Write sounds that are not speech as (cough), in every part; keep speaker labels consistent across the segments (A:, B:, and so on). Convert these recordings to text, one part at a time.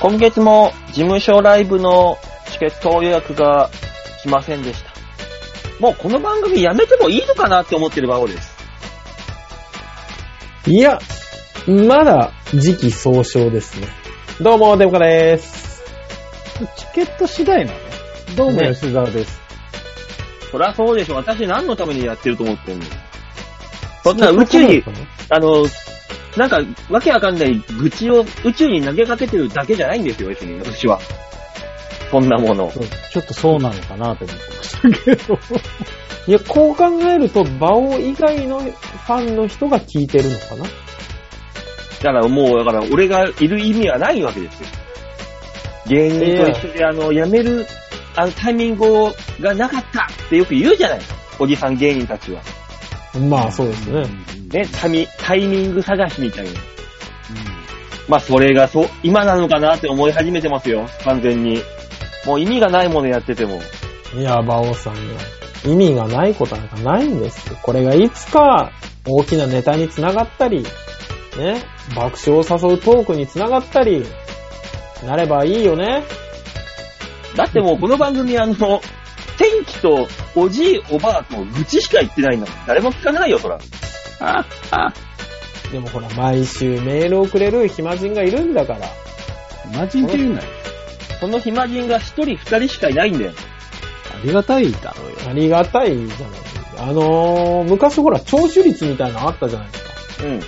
A: 今月も事務所ライブのチケット予約が来ませんでした。もうこの番組やめてもいいのかなって思ってる番号です。
B: いや、まだ時期尚早ですね。どうも、デモカです。
C: チケット次第なのどうも吉沢です。
A: そりゃそうでしょ。私何のためにやってると思ってんのそんな宇宙に、あの、なんか、わけわかんない愚痴を宇宙に投げかけてるだけじゃないんですよ、別に、私は。そんなもの。
C: そうちょっとそうなのかなって思ってましたけど。
B: (laughs) いや、こう考えると、バオ以外のファンの人が聞いてるのかな
A: だからもう、だから俺がいる意味はないわけですよ。芸人と一緒で、あの、辞める、あの、タイミングがなかったってよく言うじゃないおじさん芸人たちは。
B: まあ、そうですね。
A: ね、タミ、タイミング探しみたいな。まあ、それがそう、今なのかなって思い始めてますよ、完全に。もう意味がないものやってても。
B: いや、バオさんには意味がないことなんかないんですよ。これがいつか大きなネタにつながったり、ね、爆笑を誘うトークにつながったり、なればいいよね。
A: だってもうこの番組あの、天気とおじいおばあと愚痴しか言ってないんだもん。誰も聞かないよ、そら。あ、あ、
B: でもほら、毎週メールをくれる暇人がいるんだから。
C: マジで言うなよ。
A: その暇人が一人二人しかいないんだよ。
C: ありがたいだろうよ。
B: ありがたいじゃない。あのー、昔ほら、聴取率みたいなのあったじゃないですか。
A: うん。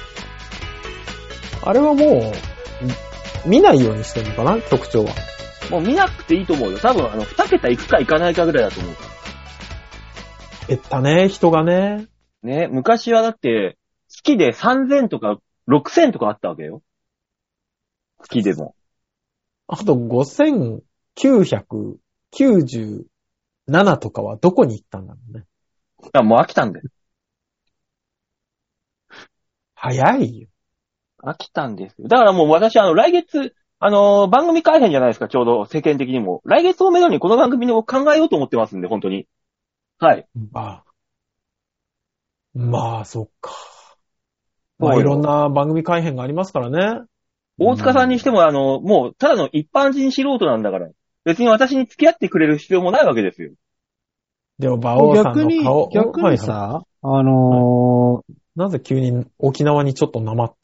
B: あれはもう、見ないようにしてるのかな、局長は。
A: もう見なくていいと思うよ。多分あの、二桁行くか行かないかぐらいだと思う。
B: 減ったね、人がね。
A: ね、昔はだって、月で3000とか6000とかあったわけよ。月でも。
B: あと5997とかはどこに行ったんだろうね。
A: だからもう飽きたんだよ。
B: 早いよ。
A: 飽きたんですよ。だからもう私、あの、来月、あのー番組改編じゃないですか、ちょうど世間的にも。来月をめどにこの番組を考えようと思ってますんで、本当に。はい。
B: まあ。まあ、そっか。
A: そう
B: まあ、
A: よ
B: いろんな番組改編がありますからね。
A: 大塚さんにしても、あの、もう、ただの一般人素人なんだから。別に私に付き合ってくれる必要もないわけです
B: (laughs)
A: よ。
B: でも、馬王さん
C: 逆に
B: の顔。、
C: 逆に
B: はいはい
C: さ、あのー、
B: なぜ急に沖縄にちょっとなまっ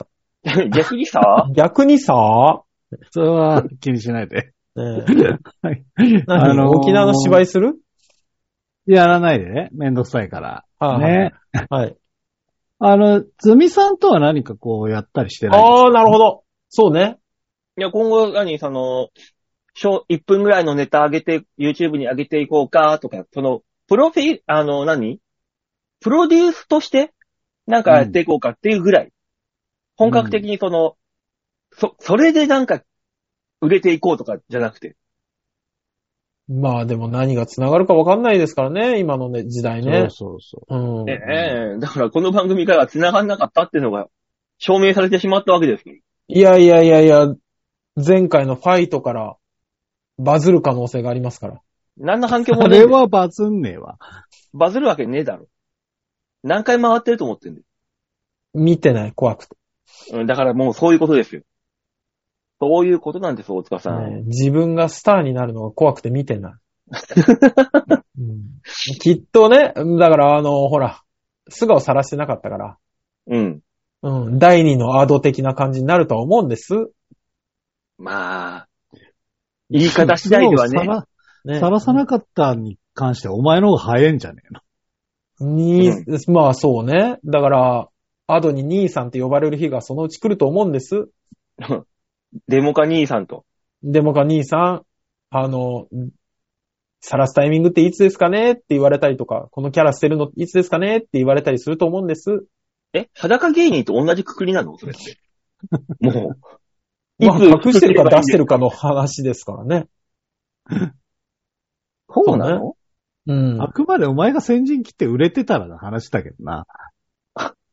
B: た
A: 逆にさ、
B: 逆にさ、
C: それは気にしないで。
B: ね
C: はい。
B: え何
C: あのー
B: 沖縄の芝居する
C: (laughs) やらないでね。めんどくさいから。ね。
B: はい。はい
C: あの、ズミさんとは何かこうやったりしてない
B: ああ、なるほど。そうね。
A: いや、今後、何、その、小、1分ぐらいのネタ上げて、YouTube に上げていこうか、とか、その、プロフィー、あの、何プロデュースとして、なんかやっていこうかっていうぐらい。本格的にその、そ、それでなんか、売れていこうとかじゃなくて。
B: まあでも何が繋がるか分かんないですからね、今のね、時代ね。
C: そうそうそう。
B: うん。
A: ねえだからこの番組からは繋がんなかったっていうのが、証明されてしまったわけですよ。
B: いやいやいやいや、前回のファイトからバズる可能性がありますから。
A: 何の反響
C: あ
A: もねえ
C: れ
A: んだよ
C: はバズんねえわ。
A: バズるわけねえだろ。何回回ってると思ってんだよ
B: 見てない、怖くて。
A: うん、だからもうそういうことですよ。そういうことなんです、大塚さん。
B: ね自分がスターになるのが怖くて見
A: (laughs)
B: てない。うんきっとね、だからあの、ほら、素顔さらしてなかったから、
A: うん。
B: うん、第二のアド的な感じになるとは思うんです。
A: まあ、言い方次第ではね。
B: ね
C: さらさなかったに関してお前の方が早いんじゃねえの
B: に、まあそうね。だから、アドに兄さんって呼ばれる日がそのうち来ると思うんです。
A: デモカ兄さんと。
B: でもか兄さん、あの、さらすタイミングっていつですかねって言われたりとか、このキャラ捨てるのいつですかねって言われたりすると思うんです。
A: え裸芸人と同じくくりなのそれって。もう。
B: (laughs) まあ、隠してるか出して
A: る。
B: るかの話ですからね。
A: そうなの
B: うん。
C: あくまでお前が先陣切って売れてたらの話だけどな。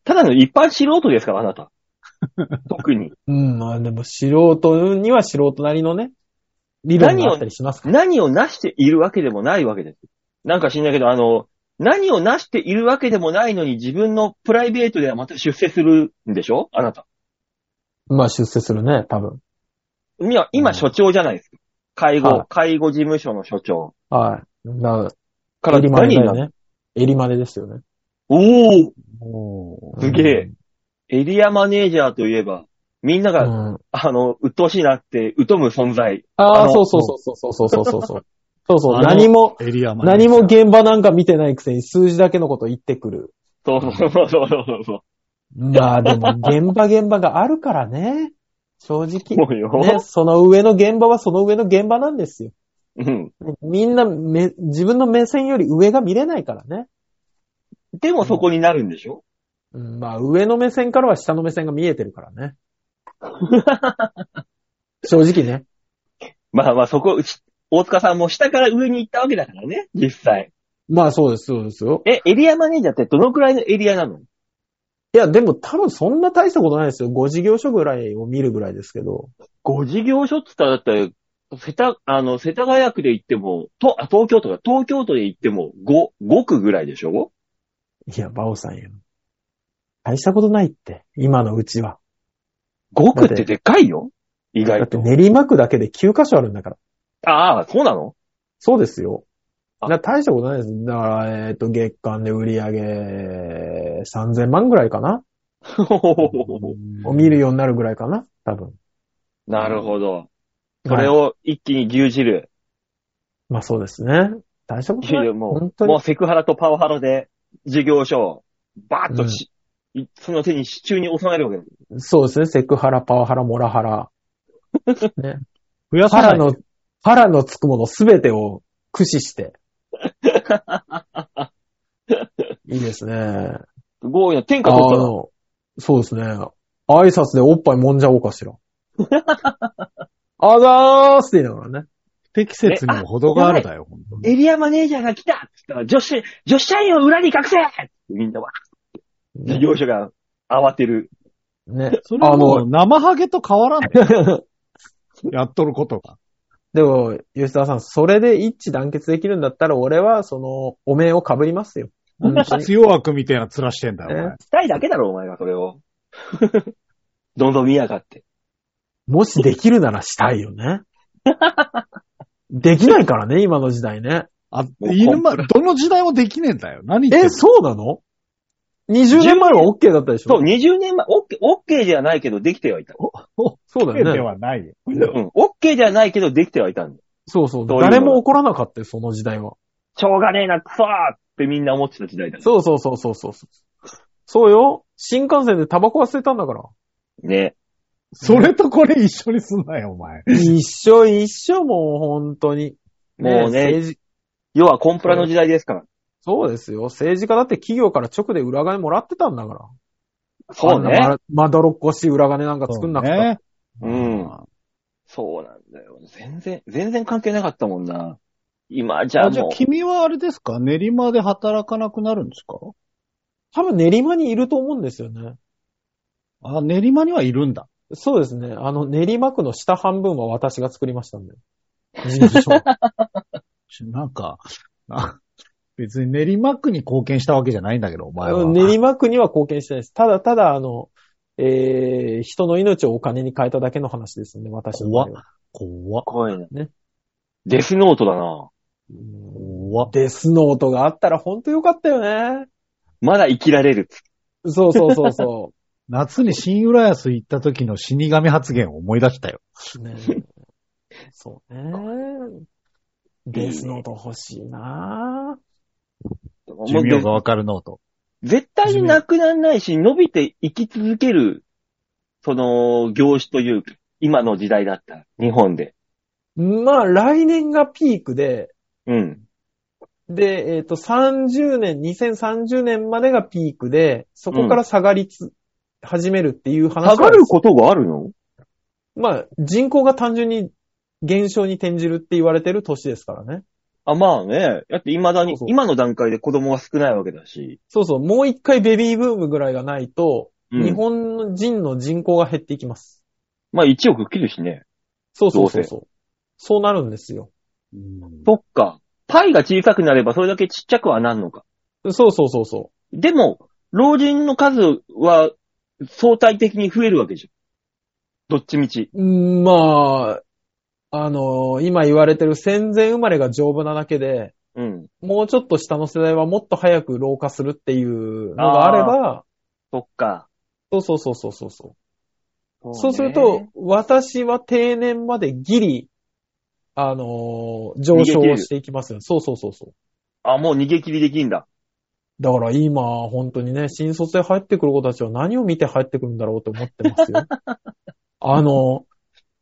A: ただの一般素人ですから、あな
B: (laughs)
A: た。特に。
B: うん、まあでも素人には素人なりのね、理論があったりしますから。
A: 何をなしているわけでもないわけです。なんか知んないけど、あの、何をなしているわけでもないのに自分のプライベートではまた出世するんでしょあなた。
B: まあ出世するね、多分。
A: 今、今所長じゃないですか。介護、
B: はい
A: 介護事務所の所長。
B: はい。な、
A: から
B: エリマ
A: 何
B: ネだ
A: に
B: よ
A: なる
B: ね。エリマネですよね。
A: おお
C: おー
A: すげえ。エリアマネージャーといえば、みんな
B: う
A: が、
B: ん。
A: あの、鬱陶しいなって、疎む存在。
B: あ
A: あ
B: あ、
A: の
B: そうそうそうそうそうそうそうそう。そう (laughs) そう、
C: あの
B: 何も、
C: エリアマネージ
B: 何
C: ャー
B: も現場なんか見てないくせに数字だけのこと言ってくる。
A: そうそうそうそうそうそ
B: まあでも、現場現場があるからね。 (laughs) 正
A: う。
B: 直。
A: もうよ。
B: (laughs) ね、その上の現場はその上の現場なんですよ。
A: うん。
B: みんなめ、自分の目線より上が見れないからね。
A: でもそこになるんでしょ
B: うんまあ、上の目線からは下の目線が見えてるか
A: (laughs)
B: らね。正直ね。
A: まあまあそこ、うち大塚さんも下から上に行ったわけだからね、実際。
B: まあそうです、そうですよ。
A: え、エリアマネージャーってどのくらいのエリアなの
B: いや、でも多分そんな大したことないですよ。5事業所ぐらいを見るぐらいですけど。
A: ご事業所って言ったら、だって、世田、あの、世田谷区で行っても、と、あ、東京都だ、東京都で行っても、5、5区ぐらいでしょ
B: いや、バオさんよ。大したことないって、今のうちは。
A: ?5 区ってでかいよ意
B: だ
A: 外
B: って
A: と。
B: 練馬区だけで9カ所あるんだから。
A: ああ、そうな (laughs) の
B: そうですよ。
A: あ
B: な大したことないです。だから、えっ、と、月間で売り上げ3000万ぐらいかな、を見るようになるぐらいかな多分。
A: なるほど。それ
B: はい
A: を一気に牛耳る。
B: まあそうですね。大したこと
A: 牛
B: な
A: 耳
B: い。
A: るも
B: 本
A: う、
B: 当
A: も
B: に
A: う。セクハラとパワハラで、事業所を、バーッとし、いその手に支柱に収めるわけです。
B: そうですね。セクハラ、パワハラ、モラハラ。
C: 増やさな
B: 腹
C: い。
B: の、腹のつくものすべてを駆
A: (laughs)
B: 使して。いいですね。
A: すごいな。天下
B: あ
A: 取ったな
B: の、そうですね。挨拶でおっぱいもんじゃおうか
A: (laughs)
B: しら。あざーすって言いながら
A: (laughs)
B: ね。
C: 不適切にも程があるだよ、本当に。
A: エリアマネージャーが来たっつったら、女子、女子社員を裏に隠せってみんなは、事業所が慌てる。
B: ね。
C: それ
B: あ
C: はもう
B: の、
C: 生ハゲと変わらんね (laughs) やっとることが。
B: でも、吉沢さん、それで一致団結できるんだったら、俺は、その、お面を被りますよ。本当に
C: 必要悪みたいな面してんだよ、お前
A: したいだけだろ、お前がそれを。 (laughs) どんどん見やがって。
B: (laughs) もしできるならしたいよね。できないからね、今の時代ね。
C: あ、犬ま、どの時代もできねえんだよ。何言って
B: え、
C: ん
B: そうなの ?20 年前は OK だったでしょ
A: そう、20年前、オッケー、オッケーじゃないけど、できてはいた。
B: そうだ
C: ので
B: よね。
C: はないよ。
A: うん。オッケーじゃないけど、できてはいたんだよ。
B: そうそう。
A: どういうの
B: 誰も怒らなかったよ、その時代は。
A: しょうがねえな、くそーってみんな思ってた時代だね
B: そうそうそうそうそうそう。そうよ。新幹線でタバコ忘れたんだ (laughs) から。
A: ね。
C: それとこれ一緒にすんなよ、お前。
B: 一緒一緒もう本当に。
A: もうね、
B: 政治
A: 要はコンプラの時代ですから。
B: そうですよ。政治家だって企業から直で裏金もらってたんだから。
A: そうね
B: あんなままどろっこしい裏金なんか作んなくたって。
C: そう
A: うんそうなんだよ。全然、全然関係なかったもんな。今、じゃあ
C: あじゃあ
A: もう、
C: 君はあれですか練馬で働かなくなるんですか
B: 多分練馬にいると思うんですよね。
C: あ、練馬にはいるんだ。
B: そうですね。あの、練馬区の下半分は私が作りましたんで。人事所
C: なんか、あ別に練馬区に貢献したわけじゃないんだけど、お前
B: (laughs)
C: は。
B: 練馬区には貢献してないです。ただただ、あの、えー、人の命をお金に変えただけの話ですんで、私の場合は。
C: 怖っ。
A: 怖いね。
B: ね
A: デスノートだな。
C: 怖っ。
B: デスノートがあったらほんとよかったよね。
A: まだ生きられる。
B: そうそうそうそ
C: 夏に新浦安行った時の死神発言を思い出したよ。
B: う。
A: (laughs)
B: ね、そうね。デスノート欲しいな
A: もう
C: 寿命がわかるノート。
A: 絶対になくならないし、伸びて生き続ける、その、業種というか、今の時代だった。日本で。
B: まあ、来年がピークで、
A: うん。
B: で、えっ、と、30年、2030年までがピークで、そこから下がりつ、始めるっていう話
A: 下
B: は
A: がることがあるの
B: まあ、人口が単純に減少に転じるって言われてる年ですからね。
A: あ、まあね。だって未だに
B: そうそう
A: 今の段階で子供が少ないわけだし。
B: そうそう、もう一回ベビーブームぐらいがないと、
A: うん
B: 日本人の人口が減っていきます。
A: まあ1億切るしね。
B: そうそうそうそう。そうなるんですよ。
A: そっか。パイが小さくなればそれだけちっちゃくはなんのか。
B: そうそうそうそ
A: でも、老人の数は相対的に増えるわけじどっちみち。
B: うんまあ、あの、今言われてる戦前生まれが丈夫なだけで、
A: うん。
B: もうちょっと下の世代はもっと早く老化するっていうのがあれば、
A: そっか。
B: そうそうそうそうそうそ
A: そ
B: う。そうすると、私は定年までギリ、あのー上昇
A: 逃げ切れる
B: していきますよ。そうそうそうそう。
A: あ、もう逃げ切りできんだ。
B: だから今、本当にね、新卒で入ってくる子たちは何を見て入ってくるんだろうと思ってますよ。 (laughs) あの、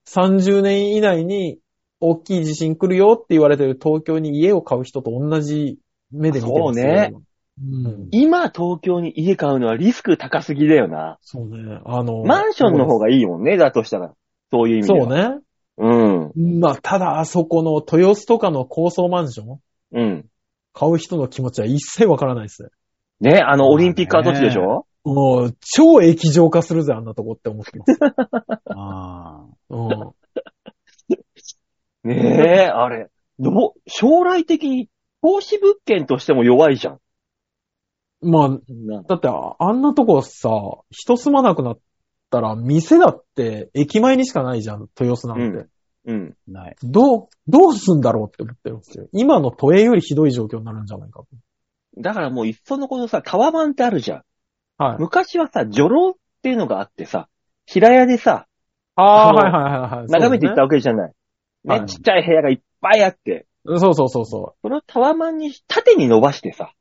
B: 30年以内に大きい地震来るよって言われてる東京に家を買う人と同じ目で見てますよ
A: そうね。
B: うん
A: 今、東京に家買うのはリスク高すぎだよな。
B: そうね。あの、
A: マンションの方がいいもんね、だとしたら。そういう意味で
B: そう
A: は。
B: ね。
A: そうね。
B: まあ、ただあそこの豊洲とかの高層マンション
A: うん。うん。
B: 買う人の気持ちは一切わからないですね。
A: ね、あの、オリンピック跡地でしょ
B: もう、超液状化するぜ、あんなとこって思っ
A: (laughs)
B: てます。
C: あ
B: うん
A: ねえ、あれ。どう、将来的に投資物件としても弱いじゃん。
B: まあ、
A: な
B: だってあ、あんなとこさ、人住まなくなったら、店だって駅前にしかないじゃん、豊洲なんて。
A: うん。
C: ーない。
B: どう、どうすんだろうって思ってるんですよ。今の都営よりひどい状況になるんじゃないかと。
A: だからもういっそのことさ、タワマンってあるじゃん。
B: はい。
A: 昔はさ、女郎っていうのがあってさ、平屋でさ、
B: ああ、
A: の
B: はいはいはいはい。
A: 眺めていった
B: そう
A: わけじゃない。ね、
B: はい
A: ちっちゃい部屋がいっぱいあって、
B: ですねそうそうそうそ
A: それをタワマンに縦に伸ばしてさ、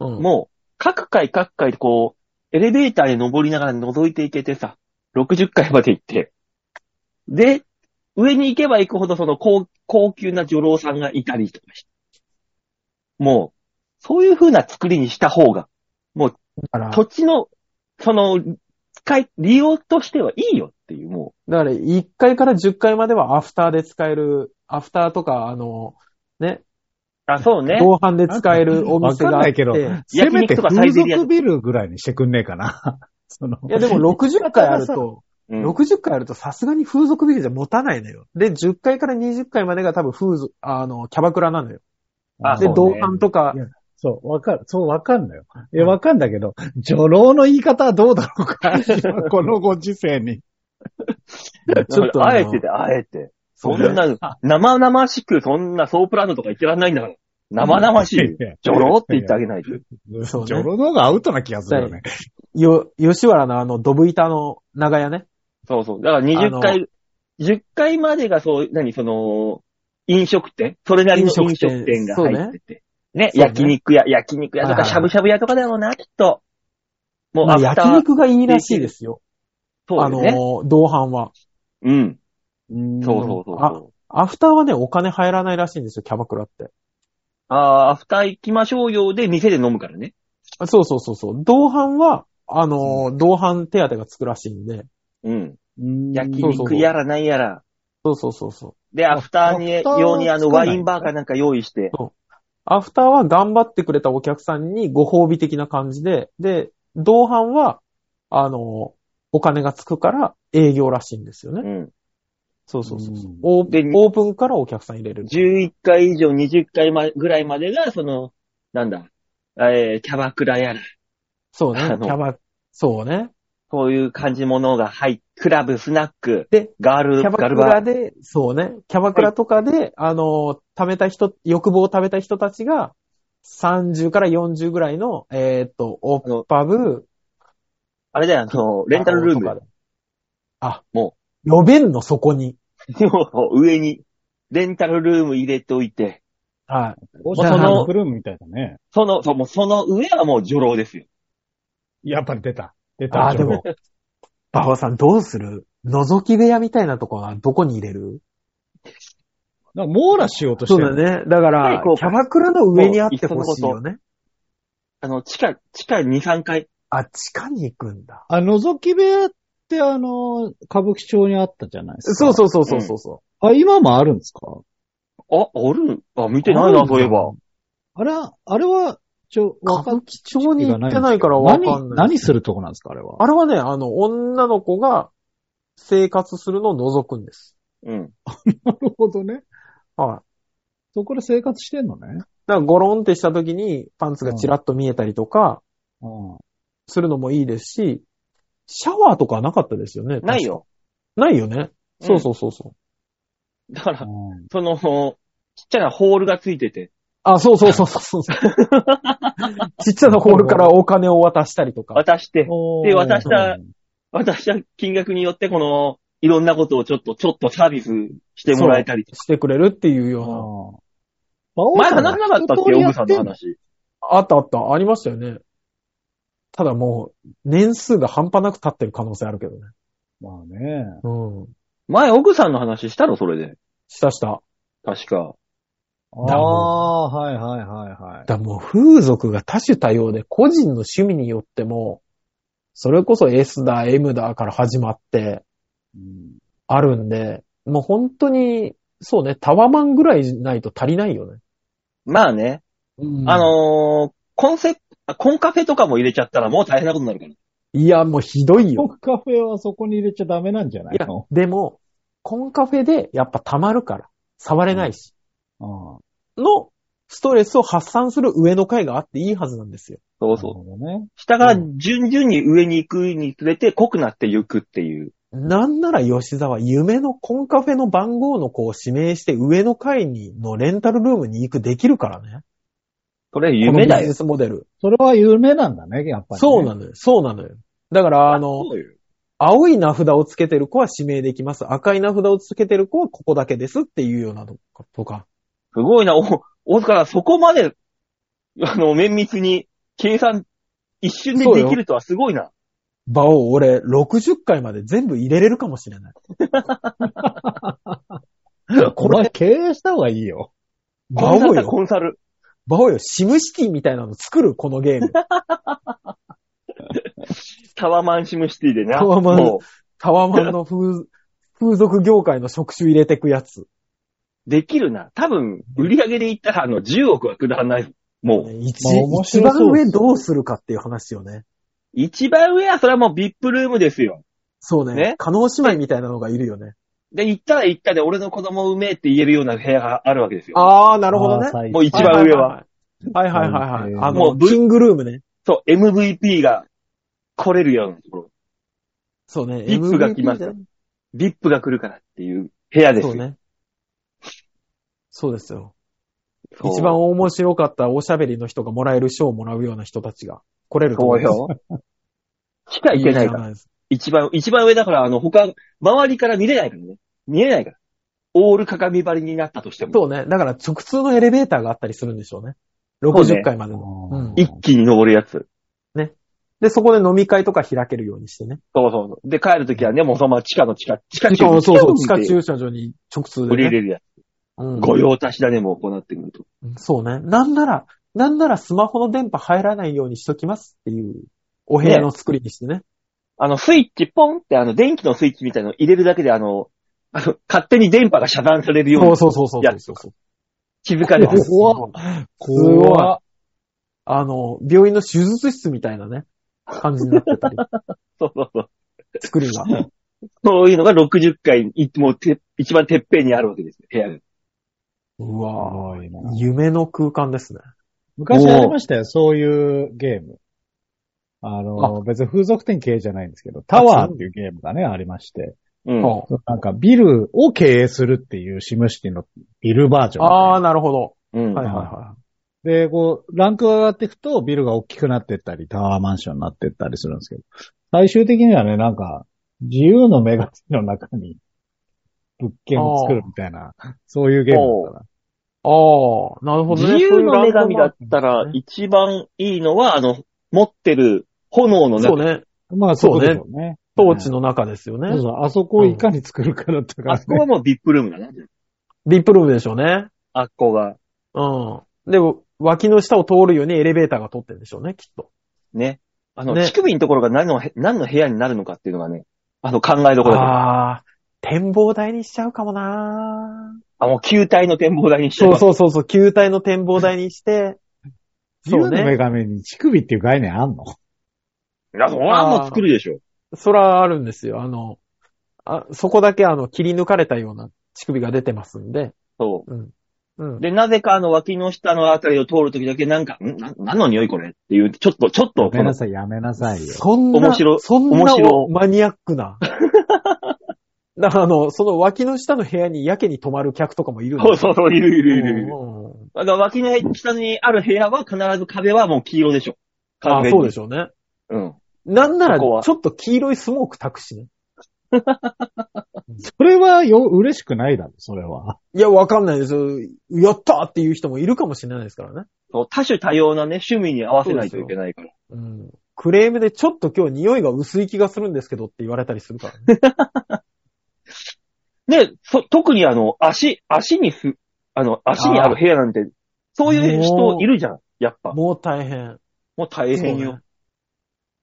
B: う。うん。
A: もう、各階各階でこう、エレベーターで登りながら覗いていけてさ、60階まで行って、で、上に行けば行くほどその高高級な女郎さんがいたりとかして。もう、そういう風な作りにした方が、
B: だから、
A: 土地の、その、使い、利用としてはいいよっていう、も
B: だから1階から10階まではアフターで使える、アフターとか、あの、ね、
A: う。あ、そうね。
B: 同伴で使えるお
C: わ
B: 店
C: かん
B: があっ
C: ない
B: て。
C: けど、
B: い
C: せめ
A: 焼肉
C: て
A: とかサイ
C: 風
A: ゼリア
C: 俗ビルぐらいにしてくんねえかな。 (laughs) その
B: やでも60階あると、
A: うん
B: 60回あるとさすがに風俗ビルじゃ持たないのよ。で、10回から20回までが多分風俗、あの、キャバクラなのよ。
A: あ
B: で、
A: そうね
B: 同伴とか
C: い、やそう、わかる、そう、わかんのよ。いや、わかんだけど、女郎の言い方はどうだろうか。今 (laughs) このご時世に。
B: ち
C: (laughs)
B: ょっと
A: (laughs) あ
B: あの
A: えてで、あえて。そ
B: そ
A: んな、生々しく、そんなソープランドとか言ってらんないんだから。生々しい。ジョロって言ってあげないと。
B: そうね
C: 女郎の方がアウトな気がするよね。
B: よ、吉原のあの、ドブ板の長屋ね。
A: そうそう。だから20回、10回までがそう、何、その、飲食店それなりの飲食
B: 飲食
A: 店
B: 店
A: が入ってて。ね
B: そうね
A: 焼肉屋、焼肉屋と
B: はい
A: か、
B: はい
A: しゃぶしゃぶ屋とかだろうな、きっと。もう、
B: ま
A: ア
B: あ
A: フタ
B: 焼
A: ー、
B: 肉がいいらしいですよ。
A: そう
B: あ
A: だよね。
B: の、同伴は。
A: うん。
C: うん
A: そうそうそうそう。
B: アフターはね、お金入らないらしいんですよ、キャバクラって。
A: ああー、アフター行きましょうよで、店で飲むからね。
B: あそうそうそうそう。同伴は、あの、同伴手当がつくらしいんで。
A: うん。
C: うん
A: 焼
B: そうそうそ
A: 肉
B: う
A: やらなんやら。
B: そうそうそうそう。
A: で、アフターに、
C: アフターは
A: 用にあの、
C: つかな
A: ワ
C: い
A: インバーかなんか用意して。
B: アフターは頑張ってくれたお客さんにご褒美的な感じで、で、同伴は、あの、お金がつくから営業らしいんですよ
A: う
B: ね。
A: ん。
B: そうそうそうそう
C: うん
B: オー
A: で
B: プン。オープンからお客さん入れる。
A: 11回以上、20回まぐらいまでが、その、なんだ、えー、キャバクラやら、
B: そうね。キ
A: あの
B: ャバ、そうね。
A: こういう感じものが入っクラブ、スナック、
B: で、
A: ガール、
B: キャバ
A: ガ
B: ク
A: ルバ
B: ラで、そうね。キャバクラとかで、あの、貯めた人、欲望を貯めた人たちが、30から40ぐらいの、えーっと、オッパブ、
A: あれだよ、あの、レンタルルー
B: とか
A: ム。
B: で。あ、
A: も
B: 呼べんの、そこに。
A: もう上に、レンタルルーム入れておいて、
B: はい。
C: お
B: じゃあ
C: そ
B: あ
C: の
B: の
C: ブルームみたいだね。
A: その、そうもうその上はもう女郎ですよ。
C: やっぱり出た。出た。
B: ああ、でも、バオさんどうする覗き部屋みたいなとこはどこに入れる
C: なんか網羅しようとしてる。
B: ね。だか
A: はいこう
B: バクラの
A: そう
B: ね。
A: あの、地下、地下2、3階。
B: あ、地下に行くんだ。
C: あ、覗き部屋ってあの、歌舞伎町にあったじゃないですか。
B: そうそうそうそうそうそう。
C: う。あ、今もあるんですか
A: あ、あるあ、見てないな、そういえば。。
C: あれは、あれは、ちょ、わ
B: 歌
C: か
B: 舞
C: ん
B: 伎町に行ってないからわかんない。
C: 何、何するとこなんですか、あれは。
B: あれはね、あの、女の子が生活するのを覗くんです。
A: うん。
C: なるほどね。
B: はい。
C: そこで生活してんのね。
B: だからゴロンってした時にパンツがチラッと見えたりとか
C: うん。
B: するのもいいですし、シャワーとかはなかったですよね。
A: ないよ。
B: ないよね。そうそうそうそう。
A: だか
C: う
A: ら、
C: ん
A: その、ちっちゃなホールがついてて、
B: あ、そうそうそう (laughs) そうそう。ちっちゃなホールからお金を渡したりとか。
A: 渡して、で渡し
C: う
A: た
C: ん
A: 渡した金額によって、この、いろんなことをちょっと、ちょっとサービスしてもらえたりとか。
B: してくれるっていうような。
C: うん
A: 前話さなかったっけ、オグさんの。話。
B: あったあった、ありましたよね。ただもう、年数が半端なく経ってる可能性あるけどね。
C: まあね。
B: うん。
A: 前、オグさんの話したろ、それで。
B: したした。
A: 確か。
C: ああ、はいはいはいはい。
B: だからもう風俗が多種多様で、個人の趣味によっても、それこそ S だ、M だから始まって、
C: うん
B: あるんで、もう本当に、そうね、タワマンぐらいないと足りないよね。
A: まあね、
B: うん
A: あのーコンセプト、コンカフェとかも入れちゃったらもう大変なことになるから。
B: いや、もうひどいよ。
C: コンカフェはそこに入れちゃダメなんじゃない
B: いや
C: の、
B: でも、コンカフェでやっぱ溜まるから、触れないし、
C: ああ
B: のストレスを発散する上の階があっていいはずなんですよ。
A: そう
C: なる
A: そう。
C: ほどね。
A: 下が順々に上に行くにつれて濃くなっていくっていう。
B: なんなら吉沢、夢のコンカフェの番号の子を指名して上の階にのレンタルルームに行くできるからね。
A: これ夢だ
B: このビジネ
A: よ。
B: スモデル。
C: それは夢なんだね、やっぱり、ね。
B: そうな
C: だ。
B: のよ。そうなのよ。だから、あの、
A: そうよ
B: 青い名札をつけてる子は指名できます。赤い名札をつけてる子はここだけですっていうようなのとか。
A: すごいな、お、大塚さん、そこまで、あの、綿密に計算、一瞬でできるとはすごいな。
B: 場を俺、60回まで全部入れれるかもしれない。
C: これ経営した方がいいよ。
A: コ
B: 場
A: ンサ
B: を
A: ルだ、
B: よ、
A: コンサル。
B: 場をよ、シムシティみたいなの作る、このゲーム。
A: タワマンシムシティでな。
B: タワマン
A: も
B: タワマンの風、風俗業界の職種入れてくやつ。
A: う、できるな。多分、売り上げで言ったら、あの、10億はくだらない。もう、
B: 一
C: まあ面
B: 一
C: 白
B: 番
C: そうです
B: 上どうするかっていう話よね。
A: 一番上は、それはもう VIP ルームですよ。
B: そうね
A: ね。
B: 加納姉妹みたいなのがいるよね。
A: で、行ったら行ったで、俺の子供うめえって言えるような部屋があるわけですよ。
B: ああ、な
C: な
B: るほどね。
A: もう一
B: はい
A: 番上は。
B: はいはいはいはい。あ
A: も
B: の、
A: うブ
B: キングルームね。
A: そう、MVP が来れるようなところ。
B: そうね。
A: リップが来ます
B: MVP だ
A: VIP が来るからっていう部屋です
B: そ
A: よ。
B: うね。そうですよ。
A: そう
B: 一番面白かったおしゃべりの人がもらえる賞をもらうような人たちが来れると
A: そ
B: 思
A: うよ。しか
B: い
A: 行けないから。
B: いです
A: 一番、一番上だから、あの、他、周りから見れないからね。見えないから。オール鏡張りになったとしても。
B: そうね。だから直通のエレベーターがあったりするんでしょうね。
A: うね
B: 60階までの。うん
A: 一気に登るやつ。
B: で、そこで飲み会とか開けるようにしてね。
A: そうそうそう。で、帰るときはね、もうそのまま地下の地下、地下
B: しかもそうそう、地下
A: 地下に
B: 駐車場に直通
A: 売り入
B: でね。
A: れるやつ。
B: うん
A: 御用達だね、もうこうなってくると。
B: そうね。なんなら、なんならスマホの電波入らないようにしときますっていう、お部屋の作りにしてね。
A: あの、スイッチポンって、あの、電気のスイッチみたいなの入れるだけで、あの、あの、勝手に電波が遮断されるよう
B: そ
A: に
B: うそうそうそうそうそう。
A: 気づかれてる。
C: うわ
B: すごい。あの、病院の手術室みたいなね、感じになってたり、
A: そうそうそう。(laughs)
B: 作りが。
A: そういうのが60階に、もうて、一番てっぺんにあるわけですよ、部屋が。
B: う
C: す
B: わぁ、
C: ごいな
B: 夢の空間ですね。
C: 昔ありましたよ、そういうゲーム。あの、別に風俗店経営じゃないんですけど、タワーっていうゲームがね、ありまして。
A: うん。
B: そ
C: なんかビルを経営するっていうシムシティのビルバージ
B: う
C: ョンみたいな。
B: ああ、なるほど。
A: うん。
B: はいはいは
C: で、こう、ランクが上がっていくと、ビルが大きくなっていったり、タワーマンションになっていったりするんですけど、最終的にはね、なんか、自由の女神の中に、物件を作るみたいな、そういうゲームだったな。
B: い。ああ、なるほどね。
A: 自由の女神だ
B: だ
A: ったら、一番いいのは、あの、持ってる炎の
B: そう
A: 中。
B: ね。
C: まあ、そうですよね。
B: 当地の中ですよね
C: そう。そう、あそこをいかに作るかだった
A: あ
C: から
A: そこはもう VIP ルームだな。
B: ビップルームでしょうね。
A: あっこが。
B: うん。で、脇の下を通るようにエレベーターが通ってるんでしょうね、きっと。
A: ね。あの、
B: ね
A: 乳首のところが何のへ、何の部屋になるのかっていうのがね、あの考えどころだけどあ
B: ああ、展望台にしちゃうかもなぁ
A: もう球体の展望台にして
B: そうそうそうそう、球体の展望台に
A: (laughs)
B: して、
C: 自
B: そ
C: 由
B: う
C: の女
B: ね。
C: 神に乳首っていう概念あんの
A: う。いや、それはもう作るでしょ。
B: そらあるんですよ。あの、あ、そこだけあの、切り抜かれたような乳首が出てますんで。
A: そ
B: うん。うん
A: う。。で、なぜかあの脇の下のあたりを通るときだけなんか、んな何の匂いこれっていう、ちょっと、ちょっ
C: や
A: と、
C: め
A: この
C: な、さい、やめなさいよ。
B: そんな、
A: 面白
B: そんな
A: (laughs) 面白
B: マニアックな。だからあの、その脇の下の部屋にやけに泊まる客とかもいるん
A: (laughs) そうそうそう、いるいるいるいる。
B: うんうん
A: だから脇の下にある部屋は必ず壁はもう黄色でしょ。
B: あ、そうで
A: し
B: しょうね。
A: ょ。うん。
B: なんなら、ち
A: そこ
B: ょ
A: は
B: っと黄色いスモーク焚くしね。
C: それはよ、嬉しくないだろ、それは。
B: いや、わかんないですよ。やったーっていう人もいるかもしれないですからね。
A: そう多種多様なね、趣味に合わせないといけないから。
B: うん。クレームでちょっと今日匂いが薄い気がするんですけどって言われたりするからね。
A: で、そ、特にあの、足、足にす、あの、足にある部屋なんて、そういう人いるじゃん。やっぱ。
B: もう大変。
A: もう大変
B: そう
A: よ
B: ね。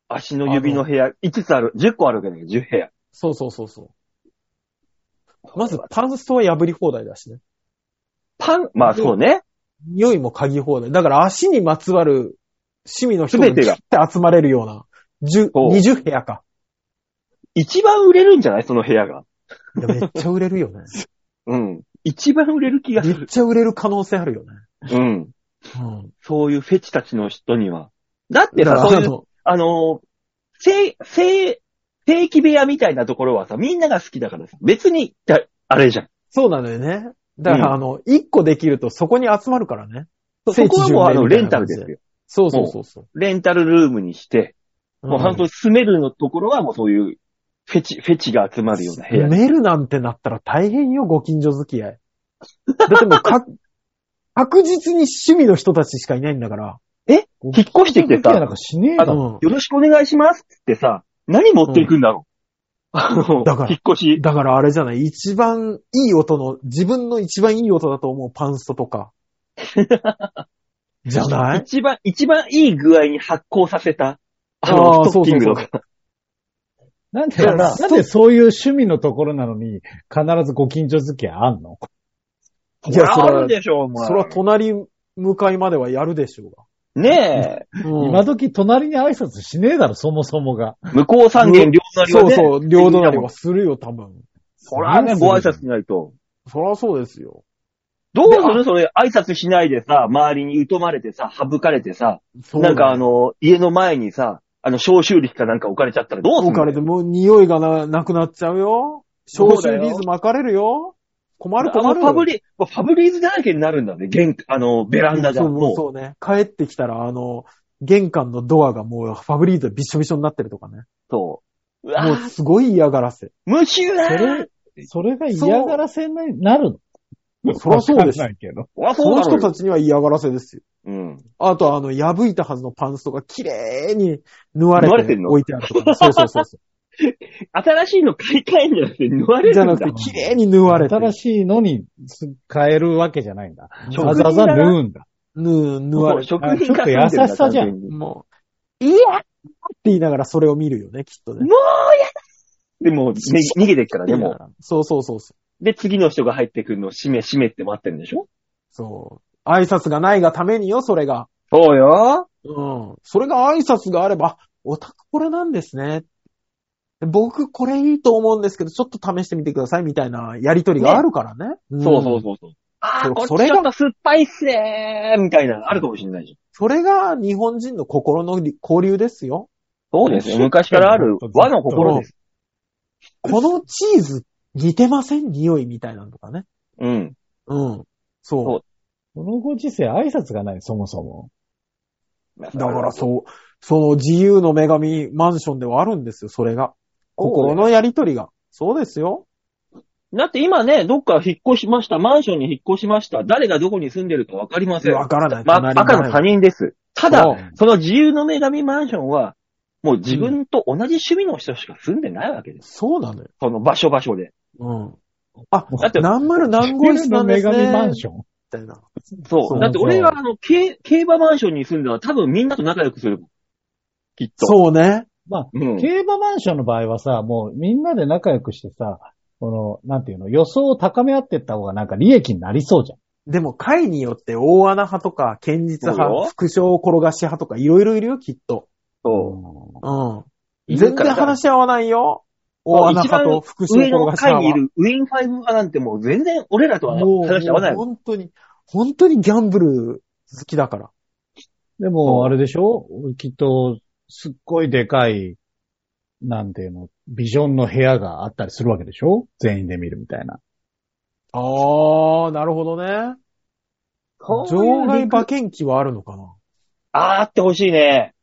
A: 足の指の部屋、5つある、10個あるわけだけど、10部屋。
B: そうそうそうそう。まず、パンストは破り放題だしね。
A: パン、まあそうね。
B: 匂いも嗅ぎ放題。だから足にまつわる趣味の人が
A: 全てが
B: 切って集まれるような、10
A: そう
B: 20部屋か。
A: 一番売れるんじゃないその部屋が。
B: いやめっちゃ売れるよね。
A: (laughs) うん。一番売れる気がす
B: めっ
A: る。
B: ちゃ売れる可能性あるよね。
A: うん。
B: うん。
A: そういうフェチたちの人には。だって
B: だか
A: さ、そう
B: らあ
A: いう
B: の
A: あのー、正、正、正規部屋みたいなところはさ、みんなが好きだからさ、別に、だあれじゃん。
B: そうなのよね。だか
A: う
B: ら、
A: ん
B: あの、一個できるとそこに集まるからね。
A: そこはもうあの、
B: 聖地巡礼
A: レ
B: み
A: ン
B: た
A: タル
B: いな感じ
A: ですよ。
B: そうそうそうそ
A: レンタルルームにして、
B: う。
A: もう本当に住めるのところはもうそういう、フェチ、フェチが集まるような部屋。
B: メルなんてなったら大変よ、ご近所付き合い。だってもうか、確実に趣味の人たちしかいないんだから。
A: 引っ越してきて
C: いやな
A: さ
C: ん、かしねえ
A: あ
C: だろ。
A: の、
B: うん
A: よろしくお願いしますってさ、何持っていくんだろう。あの、
B: だから
A: 引っ越し。
B: だからあれじゃない、一番いい音の、自分の一番いい音だと思うパンスト
A: (laughs)
B: とか。じゃない
A: 一番、一番いい具合に発酵させた、あ
B: あ
A: の、
B: ー
A: ストッキングと
B: そう
A: か。
C: なんで、
B: いや
C: なんでそういう趣味のところなのに、必ずご近所付き合いあんの
B: いや
A: これ
B: それは
A: あるでしょ、お前。
B: それは隣向かいまではやるでしょうが。
A: ねえ。
B: うん
C: 今時隣に挨拶しねえだろ、そもそもが。
A: 向こう三軒両隣は
B: そう
A: ね。
B: そう、両隣はするよ、多分。
A: そらね、
C: す
A: ご
C: ごい
A: 挨
C: する
A: 拶しないと。
B: そらそうですよ。
A: どうするそれ、挨拶しないでさ、周りに疎まれてさ、省かれてさ、
B: そう
A: なんかあ、の、家の前にさ、あの、消臭力かなんか置かれちゃったらどうする
B: 置かれてもう匂いがな、なくなっちゃうよ。消
A: そうだ
B: 臭
A: よ
B: ビーズ巻かれるよ。困る困
A: あ
B: る。
A: のパブリ、もうパブリーズだらけになるんだね、玄関、あの、ベランダじゃ
B: そ
A: ん。
B: うそう
A: も
B: そうね。帰ってきたら、あの、玄関のドアがもうファブリーズでびっしょびしょになってるとかね。
A: う、そう。うわ
B: もう
A: ぁ、
B: すごい嫌がらせ。
A: 無臭だ
C: そ
A: ー
C: れ、それが嫌がらせになるの
B: そらそうです
C: わかんないけど。
A: うわ
B: そ
A: そう
B: の
A: だろ
B: 人
A: うよ
B: たちには嫌がらせですよ。
A: うん。
B: あと、あの、破いたはずのパンストが綺麗に縫わ
A: 縫われ
B: れ
A: て
B: て
A: んの
B: 置いてあるとかね、そうそうそうそ
A: 新しいの買い替えんじゃなくて、縫われ (laughs)
B: う。じ
A: る
B: ゃ
A: んだ
B: なくて、綺麗に縫われて
C: 新しいのに変えるわけじゃないんだ。
A: 職
C: わ
A: 人
C: ざ
A: だ
C: わざ
A: な
C: 縫うんだ。
B: 縫う、縫
A: も
B: わ
A: う
B: れて。
A: 食品化
C: ちょっと優しさじゃん
B: もう、いやーって言いながらそれを見るよね、きっとね。
A: でも、ね逃げてっからね、も
B: そうそうそうそう。
A: う。で、次の人が入ってくるのを閉め、閉めって待ってるんでしょ
B: そう。挨拶がないがためによ、それが。
A: そうよ。
B: うん。それが挨拶があれば、あオタクこれなんですね。僕これいいと思うんですけど、ちょっと試してみてくださいみたいなやりとりがあるからね。ん
A: そうそうそうそう。あー、こ
B: そ
A: っち
B: れ
A: ち
B: が
A: ょっと酸っぱいっすねー、みたいな、あるかもしれないじ
B: それが日本人の心の交流ですよ。
A: ゃん。そう
C: ですよ
A: 昔からある和の心です。
B: このチーズ似てません匂いみたいなのとかね。
A: うん。
B: うん。そう。
A: そ
C: このご時世挨拶がない、そもそも。
B: だからそう、その自由の女神マンションではあるんですよ、それが。心のやりとりが。そうですよ。
A: だって今ね、どっか引っ越しました、マンションに引っ越しました、誰がどこに住んでるかわかりません。
B: わからない。
A: ま、
B: 隣に
A: 赤の他人です。た
B: そ
A: だ、
B: う
A: その自由の女神マンションは、もう自分と同じ趣味の人しか住んでないわけです。
B: そうなのよ。
A: その場所場所で。
B: うん。あ、
A: だって
B: 何丸何号室なんで
C: 女
B: すね。
C: 神マンション。
B: みたいな。
A: そう。
B: そう
A: だって俺があの、競競馬マンションに住んだら多分みんなと仲良くするもん。きっと。
B: そうね。
A: うん。
C: 競馬マンションの場合はさ、もうみんなで仲良くしてさ、この、なんていうの、予想を高め合ってった方がなんか利益になりそうじゃん。
B: でも、会によって大穴派とか、堅実
A: そうよ
B: 派、副将転がし派とか、いろいろいるよ、きっと。
A: そういる
B: ん。全
A: から
B: 然話し合わないよ。大穴派と副将
A: 上
B: 転
A: の
B: がし
A: 階にい
B: 派は。
A: るウィンファイブ派なんてもう全然俺らとは
B: もう、
A: 話し合わない
B: も
A: も。
B: うん本当に、本当にギャンブル好きだから。
C: で
A: そう
C: も、あれでしょきっと、すっごいでかいなんていうの、ビジョンの部屋があったりするわけでしょ全員で見るみたいな。
B: ああ、なるほどね。
A: こういう
B: 場外馬券機はあるのかな
A: ああってほしいね。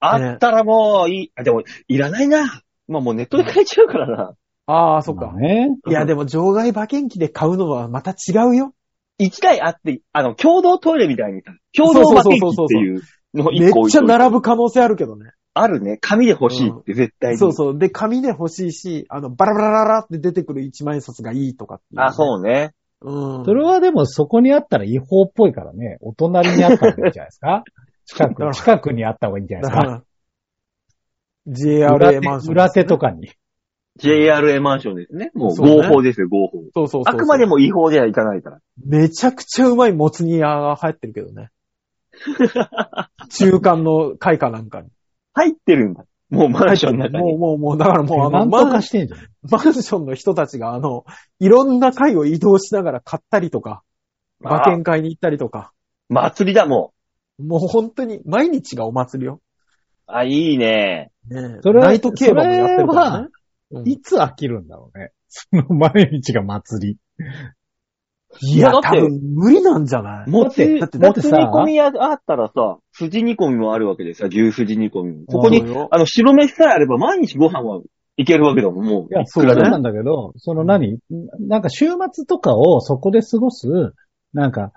A: あったらもういい。あでも、いらないな。まあもうネットで買えちゃうからな。
B: ああ、そっ
C: ま
B: か
C: あ。ね。
B: いや、でも場外馬券機で買うのはまた違うよ。
A: 一台あって、あの、共同トイレみたいに、共同マティっていうのを
B: め
A: 一
B: っ
A: 個置い
B: ち
A: と
B: ゃ
A: いて
B: 並ぶ可能性あるけどね。
A: あるね。紙で欲しいって絶対に。
B: そうそう。で、紙で欲しいし、あの、バラバラバラバラって出てくる一万円札がいいとかってい
A: あ、
B: う
A: そうね。
B: ね。うん。
C: それはでもそこにあったら違法っぽいからね、お隣にあったらいいんじゃないで
B: (laughs)
C: すか近
B: だか
C: く、
B: ら
C: 近くにあった方がいいんじゃない
B: だ
C: です
B: か、
C: から
B: JRA マ
C: 裏
B: ンショ
C: 手、
B: ン。
C: 裏手とかに。
A: JRA マンションですね。もう
B: そう
A: 合
B: ね
A: 法ですよ、合法。
B: そうそうそう
A: あ
B: そう。
A: くまでも違法ではいかないから。
B: めちゃくちゃうまいもつ煮屋が入ってるけどね。中間の会かなんかに。
A: 入ってるんだ。もうマンションの中
B: も
A: に。
B: うもうもう、だからもうあ
C: な
B: の、
C: ん
B: マ
C: と
B: ンマ
C: か
B: ンシ
C: してんじゃん。
B: ョンの人たちがあの、いろんな会を移動しながら買ったりとか、馬券会に行ったりとか、
A: 祭りだ、も
B: もう本当に毎日がお祭り
A: う。
B: よ。
A: あ、いいね。
B: ねえ
C: それ
B: ナイト競馬もやってるからね。うん
C: いつ飽きるんだろうね。その毎日が祭り。
B: いや、
A: だ
B: 多
A: って
B: 分無理なんじゃない
A: もつ、
C: だ
A: も
C: って
A: つ
C: だって
A: 煮
C: さ
A: 込みあったらさ、筋煮込みもあるわけでさ、牛筋煮込みも。ここ
B: そう
A: に、
B: よ
A: あの、白飯さえあれば毎日ご飯はいけるわけだもん、も。
C: いうや、そうなんだけど、その何、なんか週末とかをそこで過ごす、なんか、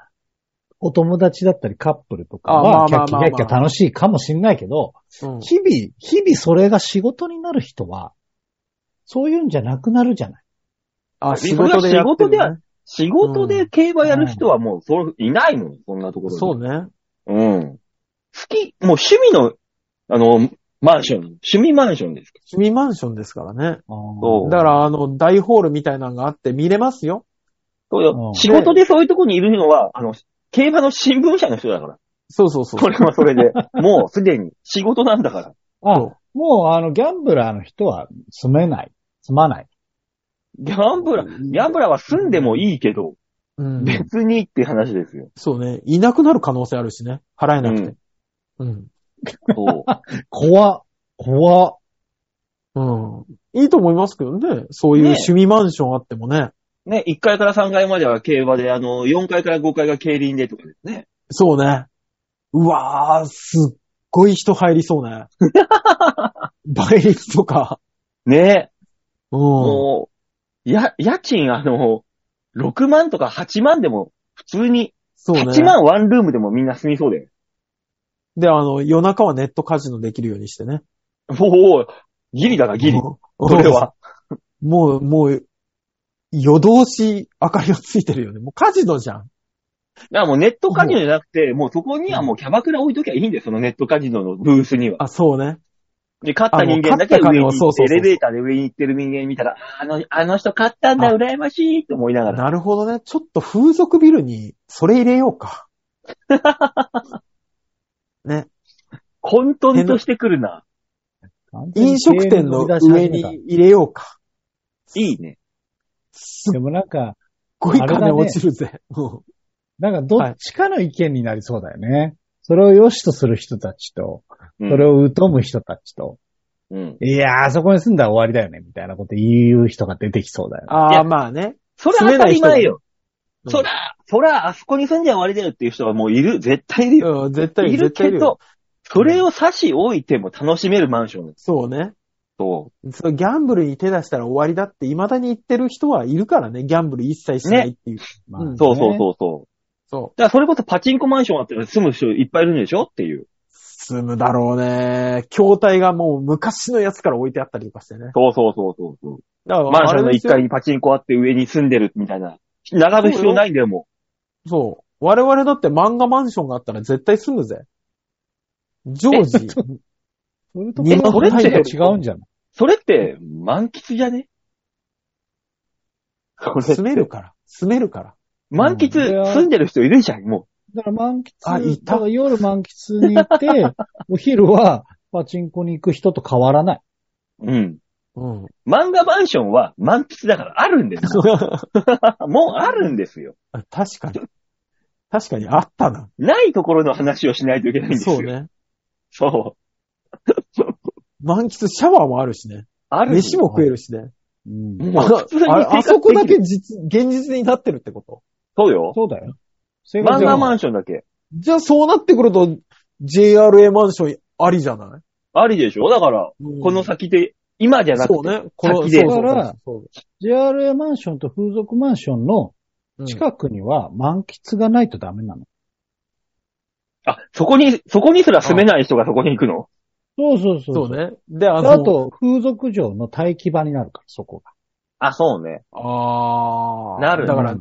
C: お友達だったりカップルとか
B: あ
C: は、キ
B: まあまあ
C: ャッキ
B: まあ
C: ャ
B: まあ
C: ッキャ楽しいかもしんないけど、
B: うん
C: 日々、日々それが仕事になる人は、そういうんじゃなくなるじゃない。
B: あ、
A: それ
B: 仕事でやって
A: 仕
B: る
A: 事では
B: ね。
A: 仕事で競馬やる人はもう、そう、いないもん、そんなところに。
B: そうね。
A: うん。好き、もう趣味の、あの、マンション、趣味マンションです。
B: 趣味マンションですからね。
A: そう
B: だから、あの、大ホールみたいなのがあって見れますよ。
A: そう
C: う
A: よ。
C: ん
A: 仕事でそういうとこにいるのは、あの、競馬の新聞社の人だから。
B: そうそうそう
A: そ。れはそれで。もうすでに仕事なんだから。
C: あ
B: そう
C: もう、あの、ギャンブラーの人は住めない。住まない。
A: ギャンブラー、ギャンブラーは住んでもいいけど、
B: うん。
A: 別にって話ですよ。
B: そうね。いなくなる可能性あるしね。払えなくて。うん。
A: そう。
C: 怖っ怖っ
B: うん。いいと思いますけどね。そういう
A: ね
B: 趣味マンションあってもね。
A: ね、1階から3階までは競馬で、あの、4階から5階が競輪でとかですね。
B: そうね。うわー、すっごい人入りそう
A: (laughs)
B: ね。倍率とか。
A: ね、
B: うん。
A: もう、や、家賃あの、6万とか8万でも、普通に、
B: そうね。
A: 8万ワンルームでもみんな住みそうで。
B: で、あの、夜中はネットカジノできるようにしてね。
A: おおギリだな、ギリ。
B: こ
A: (laughs) それは。
B: もう、もう、夜通し明かりがついてるよね。もうカジノじゃん。
A: だからもうネットカジノじゃなくて、もうそこにはもうキャバクラ置いときゃいいんだよ、そのネットカジノのブースには。
B: あ、そうね。
A: で、勝った人間だけ
B: あもう
A: 上に
B: 勝った金を
A: 行って
B: そうそう
A: エ
B: そう
A: レベーターで上に行ってる人間見たら、あの、あの人勝ったんだ、
B: あ
A: 羨ましいと思いながら。
B: なるほどね。ちょっと風俗ビルに、それ入れようか。ね。
A: 混沌としてくるな。
B: 飲食店の上に入れようか。
A: いいね。
B: すっ
C: でもなんか、
B: ごい
C: あれだ
B: 金
C: ね
B: 落ちるぜ。うん
C: なんかどっちかの意見になりそうだよね。それを良しとする人たちと、
A: うん
C: それを疎む人たちと、
A: うん。
C: いやー、そこに住んだら終わりだよね、みたいなこと言う人が出てきそうだよね。
A: (laughs) い
B: あ
A: や
B: あ、まあね。
A: それ
B: 住め
A: 当
B: な
A: た
B: い
A: り
B: 人が
A: 前よ。
B: うん
A: そら、そら、あそこに住んで終わりだよっていう人はもういる。絶対いるよ。
B: うん、絶対
A: いる
B: 絶対
A: け
B: いる
A: ど、
B: よ。
A: それを差し置いても楽しめるマンションです。
B: そうね。
A: そ
B: そのギャンブルに手出したら終わりだって未だに言ってる人はいるからね。ギャンブル一切しないっていう。
C: まあ
B: うん
A: う。そうそう
C: ね
A: そうそう。
B: そう。
A: だからそれこそパチンコマンションあって住む人いっぱいいるんでしょっていう。
B: 住むだろうね。筐体がもう昔のやつから置いてあったりとかしてね。
A: そうそうそうそうそう。
B: だか
A: マ
B: ら
A: ンションの
B: あれで
A: 1
B: すよ
A: 階にパチンコあって上に住んでるみたいな。並ぶ必要ないんだよ、も
B: そう。我々だって漫画マンションがあったら絶対住むぜ。常
A: (laughs)
B: 時。
C: そういうと
B: 日
C: こ
B: 本
C: ろ
A: の
C: が
A: 入ってる。
C: 違うんじゃないう
A: それって、満喫じゃねこれって
B: 住めるから。住めるから。
A: 満喫、
C: うん
A: 住んでる人いるじゃん、も
C: だから満喫、
B: あいた
C: だから夜満喫に行って、お昼はパチンコに行く人と変わらない。
A: う。うん。
B: うん。
A: 漫画マンションは満喫だからあるんですよ。 (laughs) もうあるんですよ。
B: 確かに。確かにあったな。
A: ないところの話をしないといけないんですよ。
B: そうね。
A: そう。
B: 満喫、シャワーもあるしね。
A: あるよ
B: 飯も食えるしね。
C: うん。
A: も
B: あ
A: う普通に
B: ああ
A: 生活
B: そこだ
A: でき
B: け
A: る。
B: 実、現実になってるってこと
A: そうよ。
C: そうだよ。生
A: 漫
C: は
A: 画マンションだけ。
B: じゃあそうなってくると、JRA マンションありじゃない、
A: ありでしょだから、この先で、今じゃなくて。
B: そうね。この、
A: 先で
B: そうそう
C: だから
B: そう
C: JRA マンションと風俗マンションの
B: うん
C: 近くには満喫がないとダメなの。
A: あ、そこに、そこにすら住めない人がそこに行くの
C: そうそうそう
B: そう。ね。で、あ
C: あ
B: の、
C: と、風俗場の待機場になるから、そこが。
A: あ、そうね。
B: あー
A: なる
B: だから、
A: だ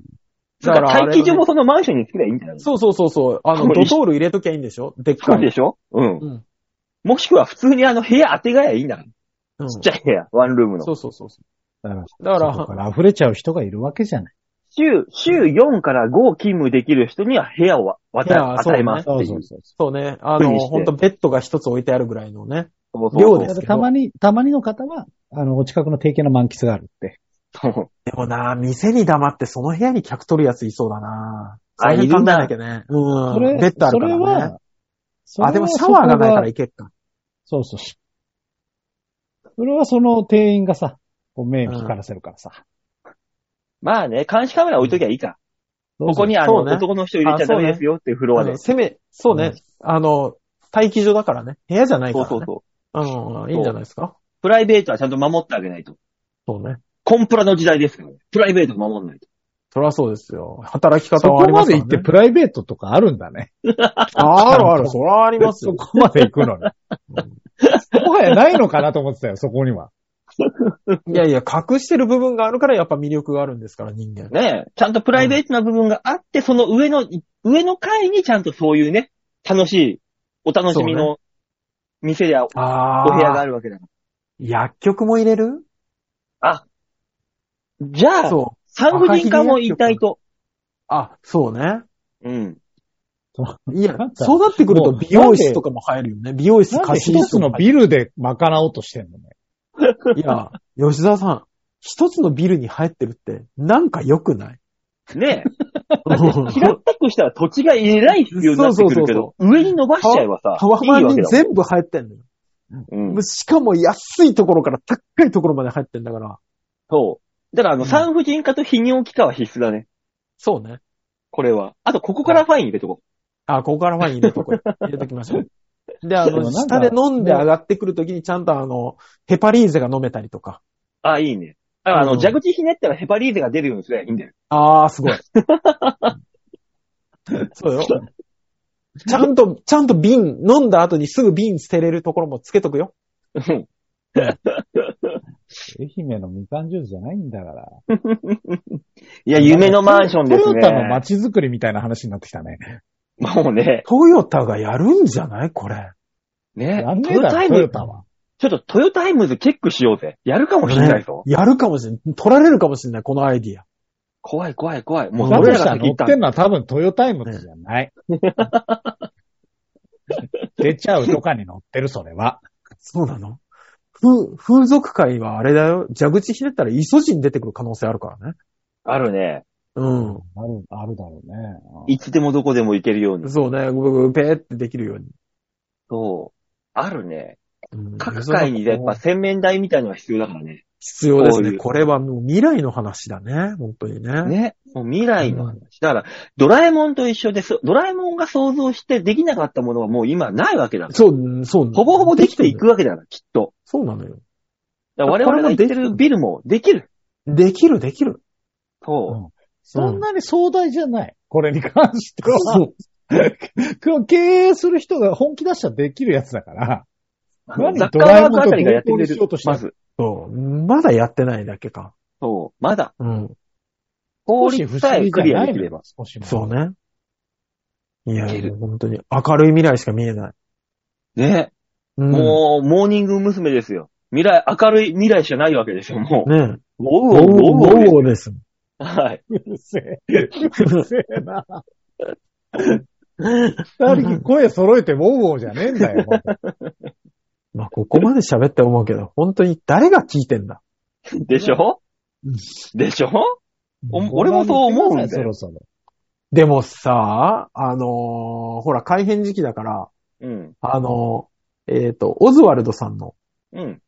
B: だ
A: か、
B: かららあれだね
A: 待機所もそのマンションに作りゃいいんじゃない
B: そうそうそうそう。あの、
A: これ
B: ドトール入れときゃいいんでしょでっ
A: そ
B: か
A: うで
B: い。
A: しょうん。
B: うん
A: もしくは普通にあの部屋当てがやいいんだ。
B: うん
A: ちっちゃい部屋、ワンルームの
B: そ。うそうそうそ
C: だから、
B: う。だか、
C: そこからら溢れちゃう人がいるわけじゃない。
A: 週、週4から5勤務できる人には部屋をわわ
B: 部屋
A: た
B: はそう
A: 与
B: ね
A: えます
C: そ
A: って
C: う
A: い
C: そうう。そう。
B: そうね。あ
A: ふう
B: の、
A: にして
B: ほんとベッドが一つ置いてあるぐらいのね。
A: そうそう
B: 寮で
C: だ
B: す
C: か
B: け
C: ら
B: ど
C: たまに、たまにの方は、あの、お近くの定期の満喫があるって。
A: そう
B: でもな、店に黙ってその部屋に客取るやついそうだな。
A: あ
B: その辺
A: いるな
B: 考えなきゃね。うん。
C: それ、
B: ベッドある
C: そ
B: か
C: れ
B: らね。
C: は、それは
B: あ、でもシャワーがないから
C: そこ
B: いけっか。
C: そうそうそう。それはその店員がさ、こう目を光らせるからさ。
A: (laughs) まあね、監視カメラ置いときゃいいか。
C: こ
A: ここにあの、
B: そうね
A: 男の人入れちゃダメですよっていうフロ
B: あ
A: アで
B: の。せめ、そうね。あの、待機所だからね。部屋じゃないか
A: そ
B: ら
A: う
B: ね。
A: そうそう。
B: うん、いいんじゃないですか。
A: プライベートはちゃんと守ってあげないと。
B: そうね。
A: コンプラの時代ですからね。プライベート守んないと。
B: そりゃそうですよ。働き
C: そ
B: 方はあ
C: こ
B: りま
C: ま
B: か
C: すで
B: ら
C: 行って
B: ね。
C: プライベートとかあるんだね。
B: (laughs) あるある、そりゃあります
C: そ
B: よ。
C: こまで行く
B: (laughs)
C: のに。もはやないのかなと思ってたよ、そこには。
B: いやいや、隠してる部分があるからやっぱ魅力があるんですから、人間。
A: ねえ、ちゃんとプライベートな部分があって、その上の、上の階にちゃんとそういうね、楽しい、お楽しみ
B: そ
A: の店や
B: あ
A: お部屋があ
B: る。
A: るわけだか
B: 薬局も入れる
A: ら。じゃあ、
B: そう。
A: 産婦人科も一体と。
B: あ、そうね。
A: うん。
B: いや
C: なん、か
B: そうなってくると
C: もう
B: 美容室とかも入るよね。美容室
C: なんで
B: 貸し
C: 一
B: 室
C: つのビルで賄おうとしてんのね。
B: いや、吉沢さん、一つのビルに入ってるって、なんか良くない
A: ねえ、
B: う
A: (laughs)
B: ん
A: 平ったくしたら土地がえらい必要になってくるけど、上に伸ばしちゃえばさ、
B: タワ
A: いい
B: マン
A: わけ
B: に
A: だ
B: 全部入ってんのよ。
A: もん。うん。
B: しかも安いところから高いところまで入ってんだから。
A: そう。だからあの、
B: うん
A: 産婦人科と泌尿器科は必須だね。
B: そうね。
A: これは。あと、ここからファイン入れとこ
B: あ、ここからファン入れ
C: (laughs)
B: とこう。入れときましょう。で、あ
C: で
B: の、
C: もなん
B: 下
C: か
B: で飲んで上がってくるときにちゃんとあの、ヘパリーゼが飲めたりとか。
A: う。ああ、いいね。だからあ
B: う
A: の、
B: ん
A: 蛇口ひねったらヘパリーゼが出るようにすればいいんだよ。
B: あー、すごい。そうよ。ちゃんと、ちゃんと瓶、飲んだ後にすぐ瓶捨てれるところもつけとくよ。
A: うん
C: 愛媛のみかんジュースじゃないんだから。
A: いや、夢のマンションですね。
C: トヨタの街づくりみたいな話になってきたね。
A: もうね、
B: トヨタがやるんじゃないこれ。
A: ね
C: やん、
A: ト
C: ねえ
A: ヨ
C: だ
A: タイ
C: ろ、ト
A: ム
C: ヨ、タは。
A: ちょっとトヨタイムズチェックしようぜ。やるかもしれないぞ。
B: やるかもしれない。取られるかもしれない、このアイディア。
A: 怖い怖い怖い。もう
C: だと
A: 俺ら
C: した
A: が
C: ら
A: 先
C: 乗
A: 行っ
C: ったてんのは多分トヨタ
A: (laughs)
C: イムズじゃない。出ちゃうとかに乗ってる、それは。
B: そうなの風、風俗界はあれだよ。蛇口ひねったらイソジン出てくる可能性あるからね。
A: あるね。
B: うん。
C: ある、あるだろうね。
A: いつでもどこでも行けるように。
B: そうね、ぐべーってできるように。
A: そう。あるね。
B: うん
A: 各界にやっぱ洗面台みたいのが必要だからね。
B: 必要です
A: こうい
B: ね。
A: う
B: これはもう未来の話だね。本当にね。
A: ね。もう未来の話。だから、ドラえもんと一緒です。ドラえもんが想像してできなかったものはもう今ないわけだ。
B: そう、そう。
A: ほぼほぼできていくわけだから、きっと。
B: そうなのよ。
A: だから我々が行ってるビルもできる。
B: できる、できる。
A: そう。
C: そんなに壮大じゃない。これに関しては。
B: そう
C: 経営する人が本気出したらできるやつだから。
A: あの
C: 何
A: ザッカ
C: ドラ
A: ー
C: え
A: バー
C: もん
A: グ
C: と
A: あたりがやってくれ
C: 同等にしようと
A: る
C: し。てる
A: まず。
B: そう。まだやってないだけか。
A: そう。まだ。
B: うん。
A: 法
C: 少し
A: 律
C: 不
A: さ
C: 思
A: え
C: 議
A: ク
C: じ
A: リ
C: ゃ
A: アで
C: ない
A: き
C: の
A: れば。
C: よ少しも
B: そうね。いや、
A: いける
B: もう本当に明るい未来しか見えない。
A: ね。
B: うん
A: もう、モーニング娘。ですよ。未来、明るい未来しかないわけですよ、もう。
B: ねえ。
A: おう
B: ゴ
A: おうおうおう
B: ー
A: です
B: ゴーです。
A: はい。
C: うるせえ。うるせえな。二人声揃えてウォーウォーじゃねえんだよ。
B: まあ、ここまで喋って思うけど、本当に誰が聞いてんだ
A: でしょ
B: うん
A: でしょお俺もそう思うんだよ
C: そろそろ。
B: でもさ、あのーほら、改変時期だから、
A: うん。
B: あのーえっ、と、オズワルドさんの
A: うん。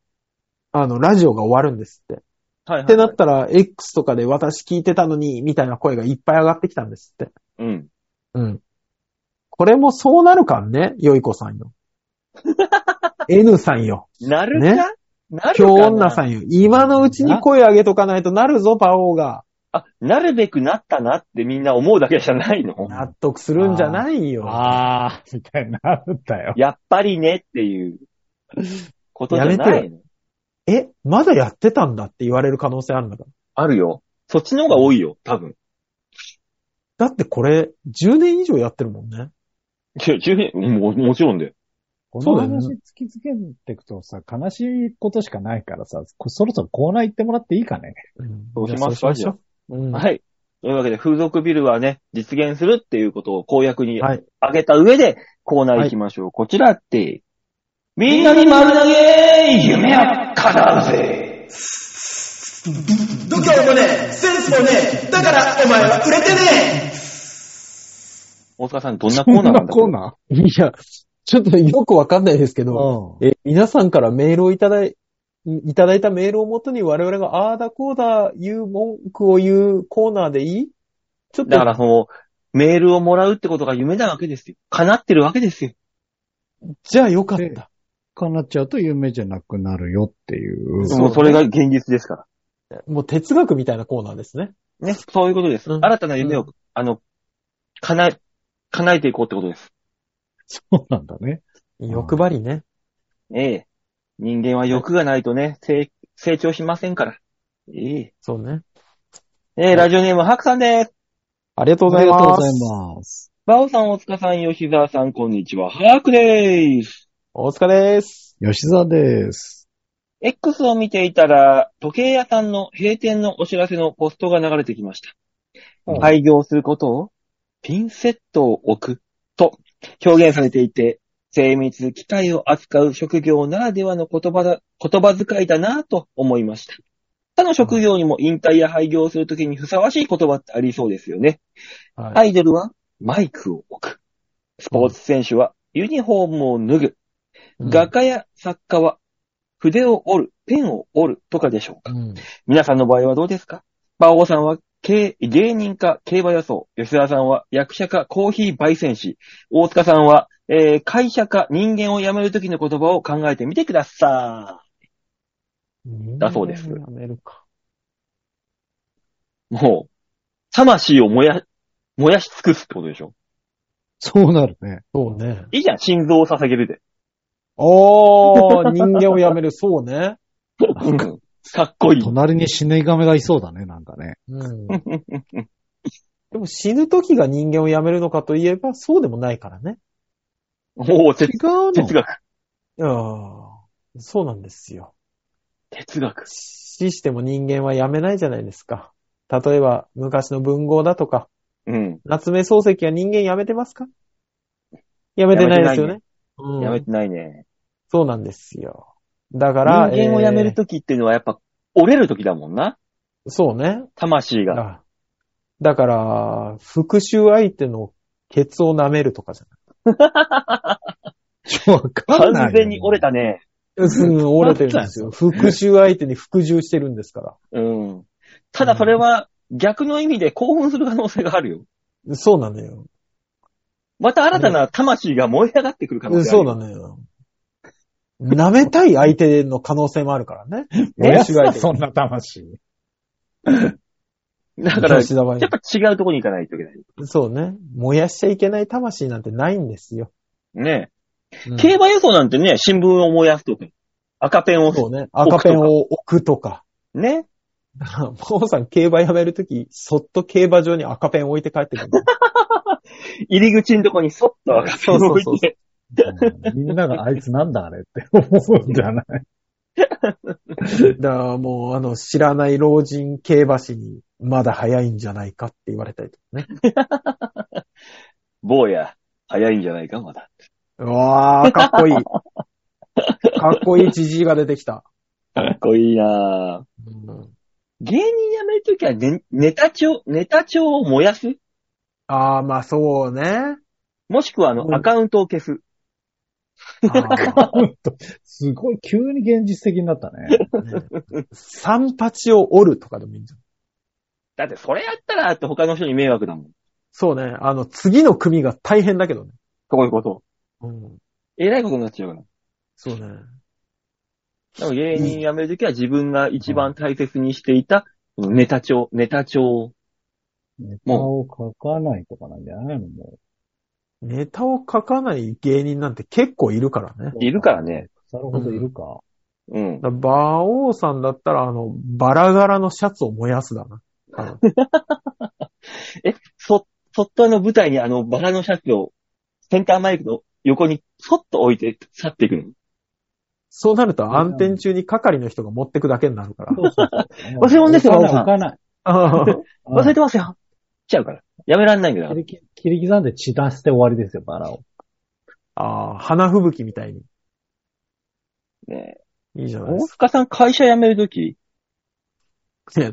B: あの、ラジオが終わるんですって。
A: はいはい。
B: ってなったら、X とかで私聞いてたのに、みたいな声がいっぱい上がってきたんですって。
A: うん。
B: うん。これもそうなるかんね、よいこさんよ。N さんよ。
A: なるか、
B: ね
A: なるか
B: 今
A: な
B: 日女さんよ。今のうちに声上げとかないとなるぞ、パオが。
A: あ、なるべくなったなってみんな思うだけじゃない (laughs) の
B: 納得するんじゃないよ。
C: あー、みたいになるんだよ。
A: やっぱりねっていうことじゃ
B: や
A: な
B: めて
A: いの
B: え、まだやってたんだって言われる可能性あるんだから。
A: あるよ。そっちの方が多いよ、多分。
B: だってこれ、10年以上やってるもんね。
A: いや、十分も、もちろんで。
C: こ
B: そう
C: の
B: だよね
C: 話突きつけていくとさ、悲しいことしかないからさ、こそろそろコーナー行ってもらっていいかね。
B: うん
A: そうします
B: じゃあそうしましょう。うん
A: はい。というわけで、風俗ビルはね、実現するっていうことを公約に
B: はい。
A: 挙げた上で、コーナー行きましょう。こちらって、みんなに丸投げ夢は叶うぜ
D: 度胸もねえ、センスもねえ、だからお前は売れてねえ
A: 大塚さん、どんなコーナー
B: (laughs)
A: なんだ
C: コーナ
B: いや、ちょっとよくわかんないですけ
C: ー
B: ど、
C: う
B: え、皆さんからメールをいただい、いただいたメールをもとに我々があーだこーだ言う文句を言うコーナーでいいちょっと
A: だか、ら、その、メールをもらうってことが夢なわけですよ。叶ってるわけですよ。
B: じゃあよかった。
C: かなっちゃうと有名じゃなくなるよっていう。
A: もうそれが現実ですから。
B: もう哲学みたいなコーナーですね。
A: ね、そういうことです。
B: うん
A: 新たな夢を、
B: う
A: あの、叶え、叶えていこうってことです。
C: そうなんだね。
B: 欲張りね。
A: ええ。人間は欲がないとね、成成長しませんから。ええ。
B: そうね。
A: ええ、ラジオネーム、ハクさんです。
B: ありがとうご
C: あ
B: ざい
C: りがとう
B: ま
C: ござい
B: す。
C: ます。
A: バオさん、大塚さん、吉沢さん、こんにちは。ハークでーす。
B: 大塚です。
C: 吉沢です。
A: X を見ていたら、時計屋さんの閉店のお知らせのポストが流れてきました。
B: うん
A: 廃業することを、ピンセットを置く、と表現されていて、精密機械を扱う職業ならではの言葉だ、言葉遣いだなぁと思いました。他の職業にも引退や廃業をするときにふさわしい言葉ってありそうですよね。
B: は
A: アイドルはマイクを置く。スポーツ選手はユニフォームを脱ぐ。
B: い。
A: 画家や作家は筆を折る、ペンを折るとかでしょうか。
B: うん
A: 皆さんの場合はどうですか馬王さんは芸芸人か競馬予想。吉沢さんは役者かコーヒー焙煎士。大塚さんは、えー会社か人間を辞めるときの言葉を考えてみてくださだそうです
B: やめるか。
A: い。もう、魂を燃や、燃やし尽くすってことでしょ
C: そうなるね。
B: そう (laughs) ね。
A: いいじゃん、心臓を捧げるで。
B: おー、人間をやめる、そうね。
A: かっこいい。
C: 隣に死ぬ亀がいそうだね、なんかね。
B: (laughs) うん。
A: (laughs)
B: でも死ぬ時が人間をやめるのかといえば、そうでもないからね。
A: おお、哲
C: 違うの
A: 哲学。
B: うん。そうなんですよ。
A: 哲学。
B: 死しても人間はやめないじゃないですか。例えば、昔の文豪だとか、
A: うん。
B: 夏目漱石は人間やめてますかやめてないですよね。うん
A: やめてないね。
B: そうなんですよ。だから、
A: 人間をやめる
B: え
A: ときっていうのはやっぱ折れるときだもんな。
B: ーそうね。
A: 魂が。
B: あだから、復讐相手のケツを舐めるとかじゃない
C: ちょ、わかんない。
A: 完全に折れ。たね。
B: うん、折れてるんですよ。復讐相手に服従してるんですか
A: うん。ただそれは逆の意味で興奮する可能性があるよ。
B: ら。そうなのよ。
A: また新たな魂が燃え上がってくる可能性あ
B: そう
A: るよ。
B: なのよ。舐めたい相手の可能性もあるからね。
C: 燃や
B: 復
C: す
B: 讐相
C: な、
B: 手
C: そんな魂。
A: だから、や
B: 吉沢
A: っ
B: に
A: ぱ違うとこに行かないといけない。
B: そうね。燃やしちゃいけない魂なんてないんですよ。
A: ね
B: う
A: え。
B: ん
A: 競馬予想なんてね、新聞を燃やすとか、赤ペンを、
B: そうね。赤ペンを置くと
A: (laughs)
B: か。
A: ね。
B: ポーさん競馬やめるとき、そっと競馬場に赤ペン置いて帰ってくる。
A: 入り口のとこにそっと赤ペンを置いて。
B: そうそうそ
C: みんながあいつなんだあれって思うんじゃない
A: (laughs)
B: だからもう、あの、知らない老人競馬士に、まだ早いんじゃないかって言われ
A: (laughs)
B: たりとかね。
A: 坊や、早いんじゃないか、まだ。
B: うわー、かっこいい。かっこいいじじいが出てきた。
A: かっこいいなぁ。芸人辞めるときはね、ネタ帳、ネタ帳を燃やす
B: あー、まあそうね。
A: もしくはあの、
B: うん
A: アカウントを消す。
C: カウント。すごい、急に現実的になったね。
A: (laughs)
B: 三八を折るとかでもいいんじゃん。
A: だってそれやったらって他の人に迷惑だもん。
B: そうね。あの、次の組が大変だけどね。
A: そういうこと。
B: うん。
A: えらいことになっちゃうから。
B: そうね。
A: でも芸人辞めるときは自分が一番大切にしていた、このネタ帳、ネタ帳を
C: ネタを書かないとかなんじゃないのも
B: ネタを書かない芸人なんて結構いるからね。
C: う。
A: いるからね。
C: なるほど、いるか。
A: うん。
B: だ馬王さんだったら、あの、バラ柄のシャツを燃やすだな。多分
A: そ、そっとあの舞台にあのバラのシャツをセンターマイクの横にそっと置いて去っていくの。
B: そうなると暗転中に係の人が持ってくだけになるから。
C: そうそうそう
A: 忘れ物ですよ
C: 置かない。
B: (laughs) あー
C: 置か
A: 忘
C: ない
A: れてますよ来ちゃうから。やめらんないんだか
C: 切
A: ら。
C: りき切り刻んで血出して終わりですよ、バラを。
B: (laughs) あー、花吹雪みたいに。
A: ね
B: いいじゃないで
A: 大
B: す
A: 塚さん会社辞めるとき、
B: か。いや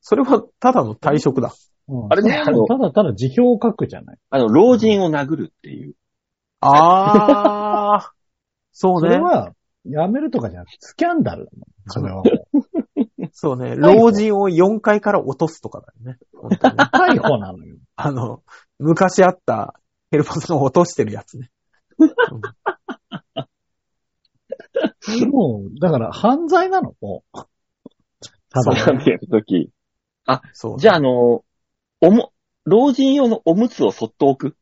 B: それはただの退職だ。
C: うん
A: あれね
C: ただただただ辞表を書くじゃない。
A: あの、老人を殴るっていう。
B: あー。 (laughs) そう
C: それ
B: ね。
C: は、やめるとかじゃなくて、スキャンダルだもん。それはも
B: そうね。老人を4階から落とすとかだよね。本当にね
C: う。逮捕なのよ。
B: あの、昔あったヘルパーさんを落としてるやつね。
C: もう、だから犯罪なの、もう。た
B: そ
A: (laughs)
B: う
C: だ、
A: 辞めるとき。
B: そう、
A: じゃああの、おも、老人用のおむつをそっと置く。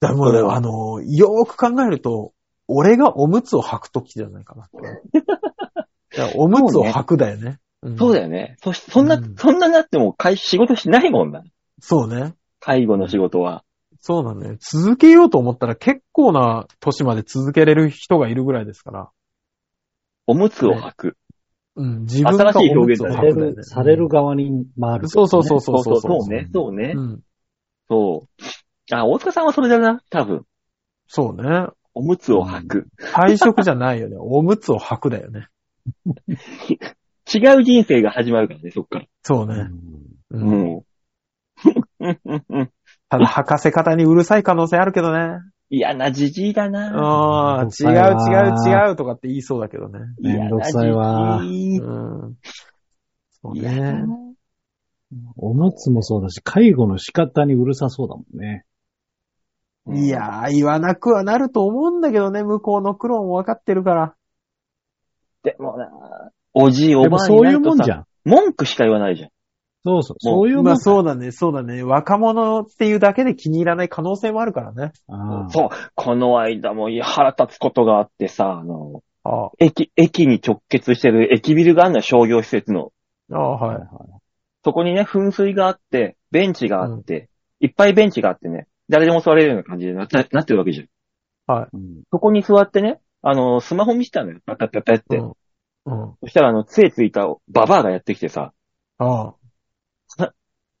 B: だもうね
A: うん
B: あの、よーく考えると、俺がおむつを履くときじゃないかな
A: (laughs)
B: って。だからおむつを履くだよね。
A: そうだ
B: だよ。
A: よね。そし、そんな、
B: うん
A: そんななっても会、仕事しないもんな。
B: そうね。
A: 介護の仕事は。
B: そうなんだよ。続けようと思ったら結構な年まで続けれる人がいるぐらいですから。
A: おむつを履く。
B: うん、自分
A: 新
B: が
A: しい
B: おむ
A: 表現
B: つを
A: だ
B: 履
A: ね
C: さ
B: く
C: れ
B: だよ
C: る、
B: ね。
C: される側に回る。
B: そうそうそうそうそう
A: そうそうね。そうね
B: う。ん。
A: そう。あ、大塚さんはそれだな。多分。
B: そうね。
A: おむつを履く。
B: 退職じゃないよね。 (laughs) おむつを履くだよね。
A: 違う人生が始まるからね、そっから。
B: そう
C: う
B: ね。
C: ん
B: う。
A: うんん。うんうんうん (laughs)
B: ただ、履かせ方にうるさい可能性あるけどね。
A: 嫌なじじいだな。
B: ああ、
C: うん
B: 違う違う違うとかって言いそうだけどね。
C: めんどくさいわ
A: 嫌な
B: うん。そう
A: じじい。嫌だ
B: ね
A: な。
C: おむつもそうだし、介護の仕方にうるさそうだもんね。
B: いやー、言わなくはなると思うんだけどね、向こうの苦労もわかってるから。
A: でもな、おじいお
C: で
A: ば
C: も
A: あ
C: そ
A: に
C: う
A: な
C: いう
A: る
C: も
A: と
C: んじゃ
A: さ、
C: ん。
A: 文句しか言わないじゃん。
C: そうそう、
A: もう
C: そういうもん
B: まあそうだね、そうだね。若者っていうだけで気に入らない可能性もあるからね。
C: ああ
A: そう。この間も腹立つことがあってさ、あの、
B: ああ、
A: 駅、駅に直結してる駅ビルがあるのよ商業施設の。
B: ああ、はい。
A: そこにね、噴水があって、ベンチがあって、いっぱいベンチがあってね、誰でも座れるような感じになってなってるわけじゃん。
C: うん
A: そこに座ってね、あの、スマホ見てたのよ。パタパタパタって。
B: うん。うん。
A: そしたら、あの、杖ついたババアがやってきてさ、
B: ああ。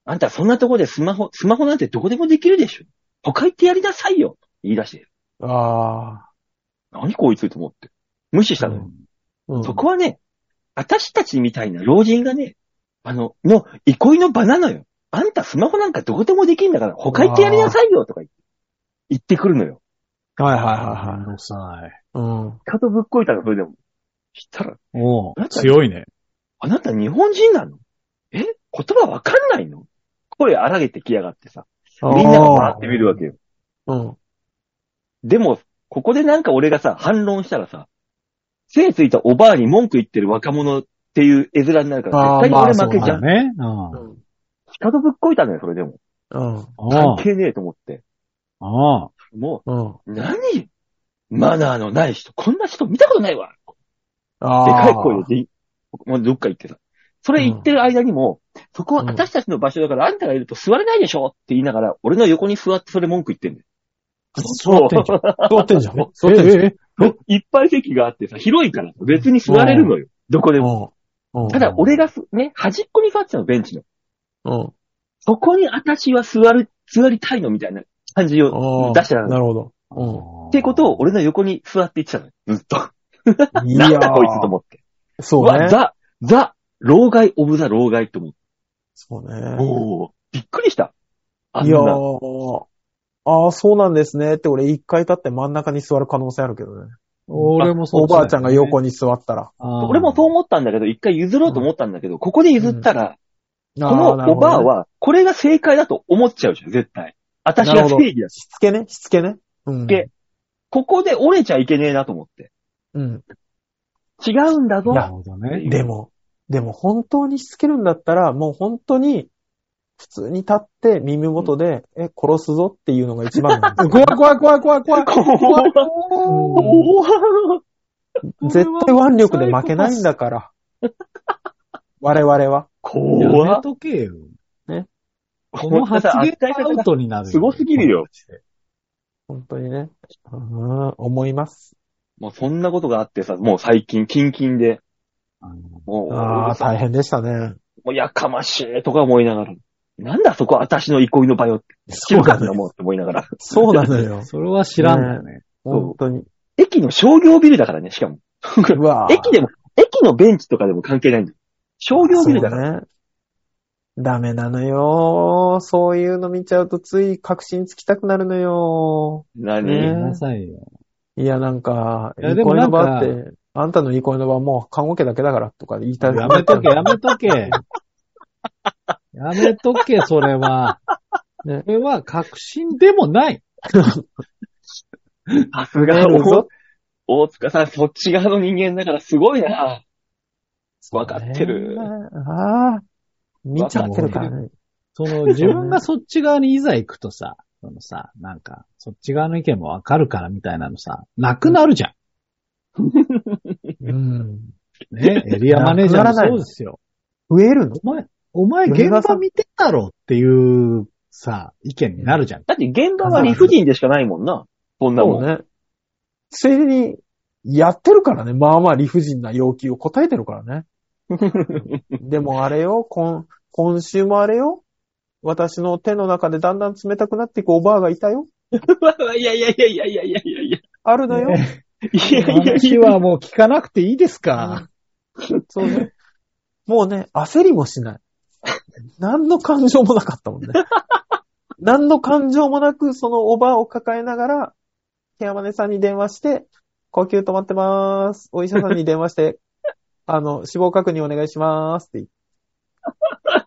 A: あんたそんなとこでスマホ、スマホなんてどこでもできるでしょ。他行ってやりなさいよ。言い出して。
B: ああ。
A: 何こいつと思って。無視したのよ。
B: うん
A: そこはね、私たちみたいな老人がね、あの、の、憩いの場なのよ。あんたスマホなんかどこでもできるんだから、他行ってやりなさいよとか言って、言ってくるのよ。
B: はいはい
C: めん
B: は
C: どくさい。
B: いはい。うん。
A: かとぶっこいたの、それでも。したら、
C: お
A: なんか
C: う強いね。
A: あなた日本人なのえ言葉わかんないの声荒げてきやがってさ。みんなが笑って見るわけよ。
B: うん。
A: でも、ここでなんか俺がさ、反論したらさ、背ついたおばあに文句言ってる若者っていう絵面になるから、
B: あー
A: 絶対に俺負け
B: い
A: じ
B: や
A: ゃ
C: だ
A: ん。
C: ね。
B: う
C: うん
B: ん。
A: 下とぶっこいたのよ、それでも。
B: うん。
C: あ
A: 関係ねえと思って。
C: あ。ああ。
A: も
B: うん。
A: う、何マナーのない人、こんな人見たことないわ
B: あ
A: で
B: あ。
A: かい声でい、もうどっか行ってた。それ言ってる間にも、そこは私たちの場所だからあんたがいると座れないでしょって言いながら、俺の横に座ってそれ文句言ってんだよ。
C: そうってんじゃん。
B: 座ってんじゃん。座
C: え
B: っ
C: え
B: てんじゃん。
C: ええ
A: いっぱい席があってさ、広いから別に座れるのよ。どこでも。
B: うん。
A: ただ俺がすね、端っこに座ってたの、ベンチの。
B: うん。
A: そこに私は座る、座りたいのみたいな感じ
B: う
A: を
B: ん。
A: 出してたの。
B: なるほど。う
A: ってことを俺の横に座っていってたのよ。ずっと。
B: ん。
A: なんだこいつと思って。う
B: そう
A: わ、
B: ね。
A: ザ、ザ、老害オブザ老害と思って。
B: そうね。
A: おーびっくりした。あん
B: いや
A: な。
B: ーああ、そうなんですねって俺一回立って真ん中に座る可能性あるけどね。
C: 俺もそう
B: おばあちゃんが横
C: に。
B: に座ったら。
A: 俺もそう
C: う
A: 思ったんだけど、一回譲ろうと思ったんだけど、ここで譲ったら、
B: あー
A: こ
B: な
A: の
B: る
A: お
B: ほど
A: ば
B: ね
A: あは、これが正解だと思っちゃうじゃん、絶対。私
B: なる
A: が
B: ほど
A: 正義だし。
B: しつけね、しつけね。うん。
A: けここで折れちゃいけねえなと思って。
B: うん。
A: 違うんだぞ。
C: なるほどね。
B: でも、でも本当にしつけるんだったら、もう本当に、普通に立って耳元で、え、殺すぞっていうのが一番なんで
C: 怖い怖い怖い怖い怖い。
A: 怖い
B: うんすよ。絶対腕力で負けないんだから。我々は。
C: やめ
A: 怖
C: とけよ。
B: ね。
C: この発言がアウトになるよ。
A: すごすぎるよ。
B: 本当にね。うん、思います。
A: もうそんなことがあってさ、もう最近、キンキンで、
C: あの
A: もう、
B: ああ、大変でしたね。
A: もうやかましいとか思いながら、なんだそこ私の憩いの場よって、
B: そ
A: 静かに思うって思いながら。
B: そうなの
C: (laughs)
B: よ。
C: それは知らんよね。
B: 本当に。
A: (laughs) 駅の商業ビルだからね、し (laughs) かも。
B: うわ
A: 駅でも、駅のベンチとかでも関係ないんだよ。商業ビルだから。
B: そうね。ダメなのよ。そういうの見ちゃうとつい確信つきたくなるのよ。
A: 何、
B: ね
C: ごめんなさいよ。
B: いや、なんか、
C: いや
B: 憩
C: で
B: い
C: も
B: の
C: なんか
B: 場って、あんたの憩いの場はもう看護家だけだからとか言いたい。
C: (laughs) やめとけ、やめとけ。やめとけ、それは。
B: ね
C: それは確信でもない。
A: さすが、大大塚さん、そっち側の人間だからすごいな。わかってる。
B: ああ、見ちゃってるからね。
C: その、自分がそっち側にいざ行くとさ、そのさ、なんか、そっち側の意見もわかるからみたいなのさ、なくなるじゃ
B: うん。
C: ん。ね、エリアマネージャーもそうですよ。
B: 増えるの
C: お前、お前現場見てたろっていうさ、意見になるじゃん。
A: だって現場は理不尽でしかないもんな。こんな
B: そ
A: も。
B: うんね。ついでに、やってるからね。まあまあ理不尽な要求を答えてるから (laughs) ね。でもあれよ、今、今週もあれよ。私の手の中でだんだん冷たくなっていくおばあがいたよ。
A: (laughs) いやいやいやいやいやいやいやいや。
B: あるのよ。
C: ね
A: いやいやい
C: 話
A: や。
C: はもう聞かなくていいですか。
B: (laughs) そうね。もうね、焦りもしない。何の感情もなかっ
A: (laughs)
B: たもんね。何の感情もなく、そのおばあを抱えながら、ケアマネさんに電話して、呼吸止まってまーす。お医者さんに電
A: (laughs)
B: 話して、あの、死亡確認お願いしまーすって言って
A: (laughs) あ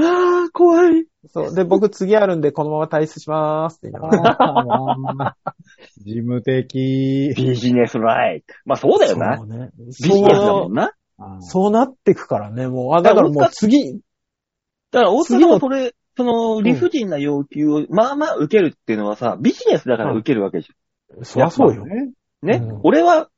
A: あ、怖い。
B: そう。で、僕次あるんで、このまま退出しまーすって言いながら。
C: (laughs) 事務的。
A: ビジネスライク。まあそうだよな
B: そ。うね。
A: ビジネスだも
B: そ
A: ん
B: う、
A: な。
B: そうなってくからね、もう。あ、だからもう次、
A: だから大
B: 次
A: 阪
B: の
A: はそれ、その
B: ん
A: 理不尽な要求をまあまあ受けるっていうのはさ、ビジネスだから受けるわけじ
B: そりゃそうよ。
C: ね。
A: ゃん。ね、
B: うん
A: 俺は、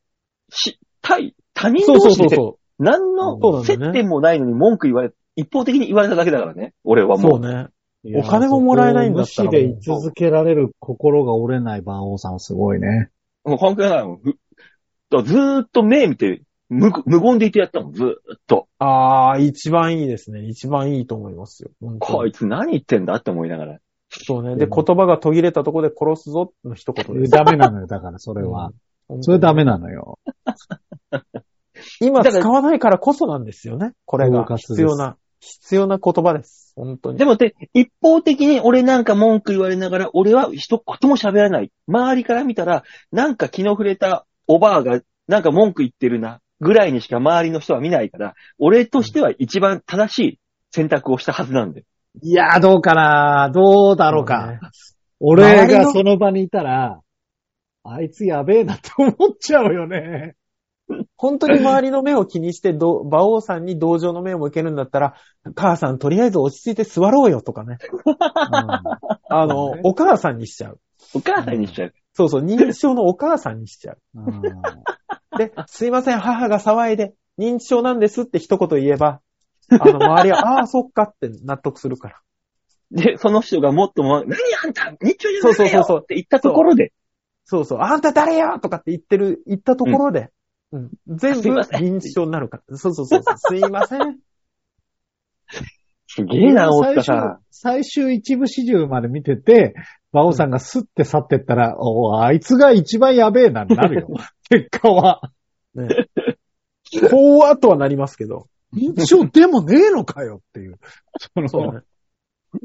A: し、対、他人
B: そう
A: 同
B: そう
A: 士
B: そう
A: で
B: そ
A: 何
B: そうなん
A: の
B: だよ
A: 接
B: ね
A: 点もないのに文句言われ、一方的に言われただけだからね。俺は
B: う。そ
A: も
B: う
A: う。
B: ね。
C: いや
B: お金ももらえないんだったら
C: そこを無視で居続けられる心が折れない馬王さんはすごいね。
A: もう関係ないもん。ふだからずーっと目見て、無無言でいてやったもん、ずーっと。
B: ああ、一番いいですね。一番いいと思いますよ。本当に
A: こいつ何言ってんだって思いながら。
B: そうね。で、言葉が途切れたところで殺すぞの一言です。
C: ダメなのよ、だからそれは。それダメなのよ。
B: 今使わないからこそなんですよね。これ
C: そう
B: が
C: かそうで
B: 必要
C: す
B: な、必要な言葉です。本当に。
A: でもって、一方的に俺なんか文句言われながら、俺は一言も喋らない。周りから見たら、なんか気の触れたおばあが、なんか文句言ってるな、ぐらいにしか周りの人は見ないから、俺としては一番正しい選択をしたはずなんだよ。
C: いやー、どうかなどうだろうか。俺がその場にいたら、あいつやべえなって思っちゃうよね。
B: 本当に周りの目を気にして、ど、 (laughs) 馬王さんに同情の目を向けるんだったら、母さんとりあえず落ち着いて座ろうよとかね。あの、
C: そうね
B: お母さんにしちゃう。
A: お母さんにしちゃう。
B: そうそう、認知症のお母さんにしちゃう。
C: うんうん
B: で、すいません、母が騒いで、認知症なんですって一言言えば、あの、周り
A: (laughs)
B: は、ああ、そっかって納得するから。
A: で、その人がもっとも、何あんた日中じゃ
B: そう
A: な
B: そう
A: い
B: そう
A: よ
B: そう
A: って言ったところで、
B: そうそう、あんた誰よとかって言ってる、言ったところで、うん、全
A: す
B: 部
A: いません
B: 認知症になるから。そうそうそ
A: (laughs)
B: うそう、すいません。
A: すげえな、大塚さん。
C: 最終、最終一部始終まで見てて、馬王さんがスッて去ってったら、おーあいつが一番やべえなになる (laughs) よ。結果は。
B: ね、こうはとはなりますけど。
C: 認知症でもねえのかよっていう。その
B: そうね。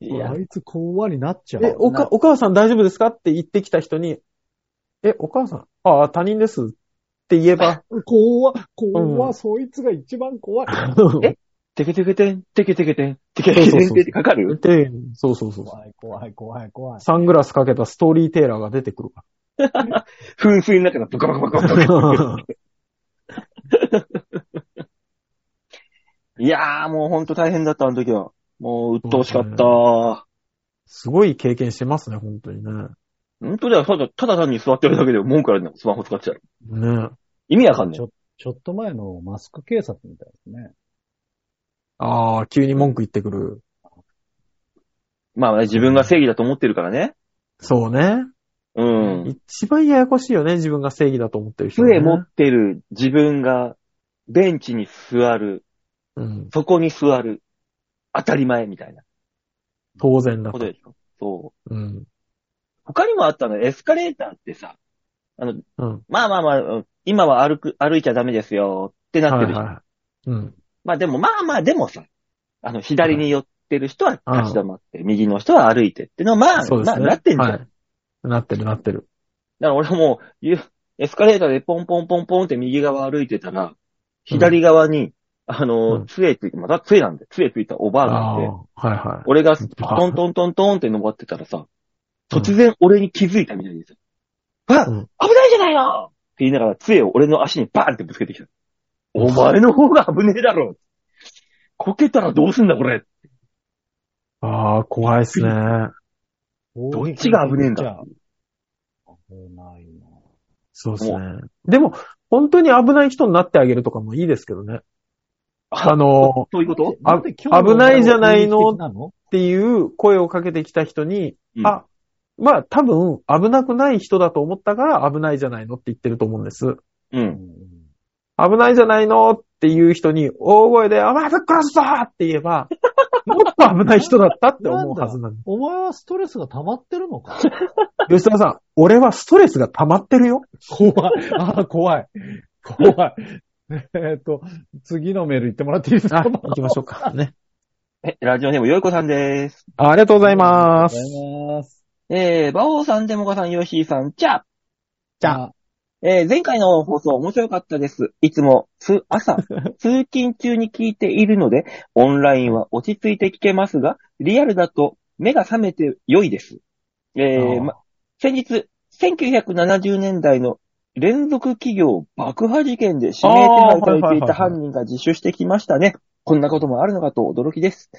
A: いや
C: あ、いつ怖になっちゃ
B: え、
C: う。
B: おか、お母さん大丈夫ですかって言ってきた人に、え、お母さん、ああ、他人ですって言えば、
C: 怖怖、
B: うん
C: そいつが一番怖い。
A: (laughs) えテケテケテン、テケテケテン、テケテケテンってかかる
B: で、そうそうそう。
C: 怖い、怖い、怖い、怖い。
B: サングラスかけたストーリーテーラーが出てくるか
A: 噴水の中がブカブカブカブカ。 (laughs)
B: ら。
A: いやー、もうほんと大変だった、あの時は。もう、鬱陶しかった。
B: すごい経験してますね、本当にね。
A: 本当だよ、ただ、ただ単に座ってるだけで文句あるの、スマホ使っちゃう。
B: ね
A: 意味わかんな
C: ち
A: い。
C: ょちょっと前のマスク警察みたいですね。
B: ああ、急に文句言ってくる。
A: まあね、自分が正義だと思ってるからね。
B: そうね。
A: うん。
B: 一番ややこしいよね、自分が正義だと思ってる人、ね。
A: 杖持ってる自分が、ベンチに座る、
B: うん。
A: そこに座る、当たり前みたいな
B: 当然だ
A: こと。でしょ。そう。
B: うん。
A: 他にもあったの、エスカレーターってさ、あの、
B: うん。
A: まあまあまあうん、今は歩く、歩いちゃダメですよってなってるじゃん。
B: はい。うん。
A: まあでも、まあまあでもさ、あの、左に寄ってる人は立ち止まって、右の人は歩いてってのは、まあ、
B: そうで
A: ますあ
B: ね。
A: なってんじゃん。
B: はい。なってる、なってる。
A: だから俺もう、ゆエスカレーターでポンポンポンポンって右側歩いてたら、左側に、あの、
B: うん
A: 杖ついて、また杖なんで、杖ついたおばあが
B: ああ
A: いて、
B: ー、はいはい。
A: 俺が
B: あ
A: トントントントンって登ってたらさ、
B: うん
A: 突然俺に気づいたみたいですよ。あ、
B: うん
A: 危ないじゃないのって言いながら杖を俺の足にバーンってぶつけてきた。お前の方が危ねえだろこけたらどうすんだこれ
B: ああ、怖いっすね。
A: どっちが危ねえんだ
C: じゃあ危ないな。
B: そうですね。でも、本当に危ない人になってあげるとかもいいですけどね。あの、
A: そういうこと
B: あ
C: なんで今日の
B: 危ないじゃないの
C: なの
B: っていう声をかけてきた人に、
A: うん
B: あ、まあ多分危なくない人だと思ったから危ないじゃないのって言ってると思うんです。
A: う。
C: うんん
B: 危ないじゃないのっていう人に大声で、あ、まず殺すぞって言えば、もっと危ない人だったって思うはずなの。
C: お前はストレスが溜まってるのか
B: 吉田さん、俺はストレスが溜まってるよ。
C: 怖い。ああ、怖い。怖い。えっと、次のメール行ってもらっていいです
B: あ、
C: か
B: 行きましょうか。ね。
A: えラジオネーム、よいこさんです。
B: あありがとうございます。
C: ありがとうございます。
A: えー、馬王さん、デモカさん、ヨッシーさん、じゃあ、
B: じ
C: ゃ
A: えー、前回の放送面白かったです。いつも、つ、
B: (laughs)
A: 朝、通勤中に聞いているので、オンラインは落ち着いて聞けますが、リアルだと目が覚めて良いです。え
B: あ
A: ー、
B: ー
A: ま、先日、1970年代の連続企業爆破事件で指名手配されていた
B: あーはいはいはいはい
A: 犯人が自首してきましたね。こんなこともあるのかと驚きです。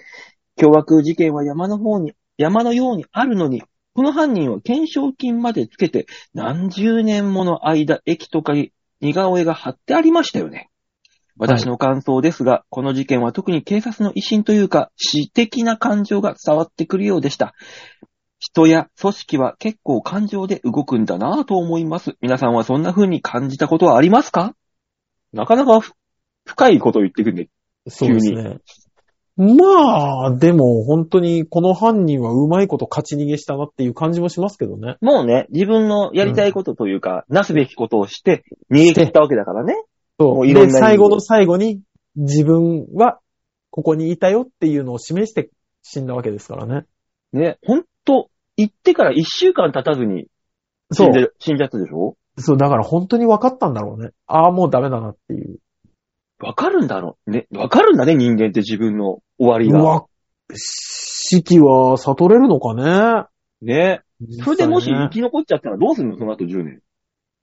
A: 凶悪事件は山の方に、山のようにあるのに、この犯人は懸賞金までつけて何十年もの間駅とかに似顔絵が貼ってありましたよね。私の感想ですが、この事件は特に警察の威信というか、私的な感情が伝わってくるようでした。人や組織は結構感情で動くんだなぁと思います。皆さんはそんな風に感じたことはありますかなかなかふ深いことを言ってくるね。
B: そうですね。まあ、でも本当にこの犯人はうまいこと勝ち逃げしたなっていう感じもしますけどね。
A: もうね、自分のやりたいことというか、なすべきことをして、逃げ切ったわけだからね。も
B: そうう。
A: いろん
B: で、
A: な
B: 最後の最後に自分はここにいたよっていうのを示して死んだわけですからね。
A: ね、ほんと、行ってから一週間経たずに死
B: そ
A: んで
B: う。
A: る死んじゃったでしょ
B: そう、だから本当に分かったんだろうね。ああ、もうダメだなっていう。
A: わかるんだろう。ね、わかるんだね、人間って自分の終わり
B: う
A: が。
B: わ、死期は悟れるのかね。
A: ね。それでもし
B: 実際
A: 生
B: ね
A: き残っちゃったらどうするのその後10年。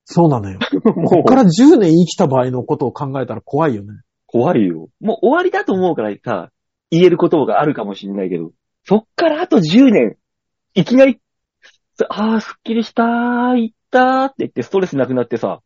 B: そうなのよ。
A: (laughs) も
B: こっから10年生きた場合のことを考えたら怖いよね。
A: 怖いよ。もう終わりだと思うからさ、言えることがあるかもしれないけど、そっからあと10年、いきなり、ああ、すっきりしたー、いったーって言ってストレスなくなってさ、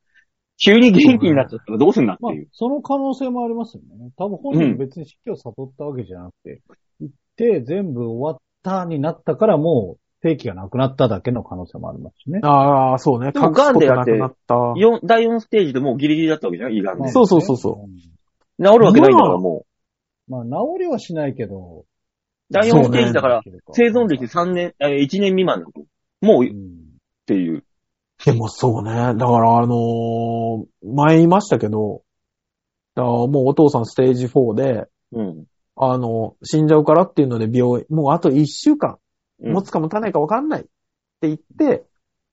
A: 急に元気になっちゃったらどうすんだって
C: まあ
A: いう。、
C: その可能性もありますよね。多分本人も別に死期を悟ったわけじゃなくて、行って全部終わったになったからもう定期がなくなっただけの可能性もありますしね。
B: ああ、そうね。
A: でも
B: 隠すことなくなった。
A: 四第4ステージでもうギリギリだったわけじゃん、胃がんで。
B: そうそう
C: うん。
A: 治るわけないんだからも
C: まあ、治りはしないけど。
A: う。第4ステージだから、生存歴3年、えー1年未満の子。もう
C: う
A: っ
C: ん
A: ていう。
B: でもそうね。だからあのー前言いましたけど、だからもうお父さんステージ4で、
A: うん。
B: あの、死んじゃうからっていうので病院、もうあと1週
A: う
B: 間、
A: ん
B: 持つか持たないか分かんないって言って、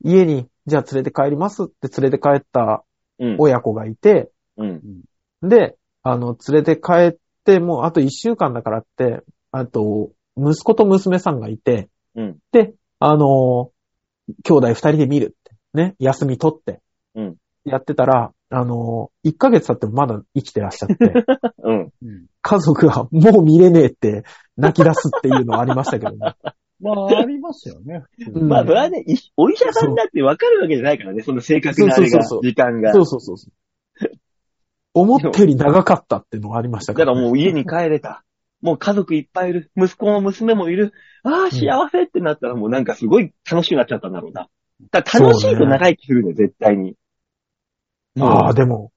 B: 家に、じゃあ連れて帰りますって連れて帰った
A: うん。
B: 親子がいて、
A: うん。
B: で、あの、連れて帰って、もうあと1週間だからって、あと、息子と娘さんがいて、
A: うん
B: で、あの、兄弟二人で見るって、ね、休み取って、
A: うん
B: やってたら、あの、1ヶ月経ってもまだ生きてらっしゃって、
A: うん。
C: うん。
B: 家族はもう見れねえって泣き出すっていうのはありましたけどね。
C: まあ、ありますよね。
B: うん
A: まあ、それはね、いお医者さんだってわかるわけじゃないからね、その正確なあれが、
B: そうそうそうそう
A: 時間が。
B: (laughs) そうそうそうそう。思ったより長かったっていうのはありました
A: だか
B: けど
A: らもう家に帰れた。もう家族いっぱいいる。息子も娘もいる。ああ、幸せってなったらもうなんかすごい楽しくなっちゃったんだろうな。だから楽しいと長生きするの、絶対に。もう
B: ああ、でも、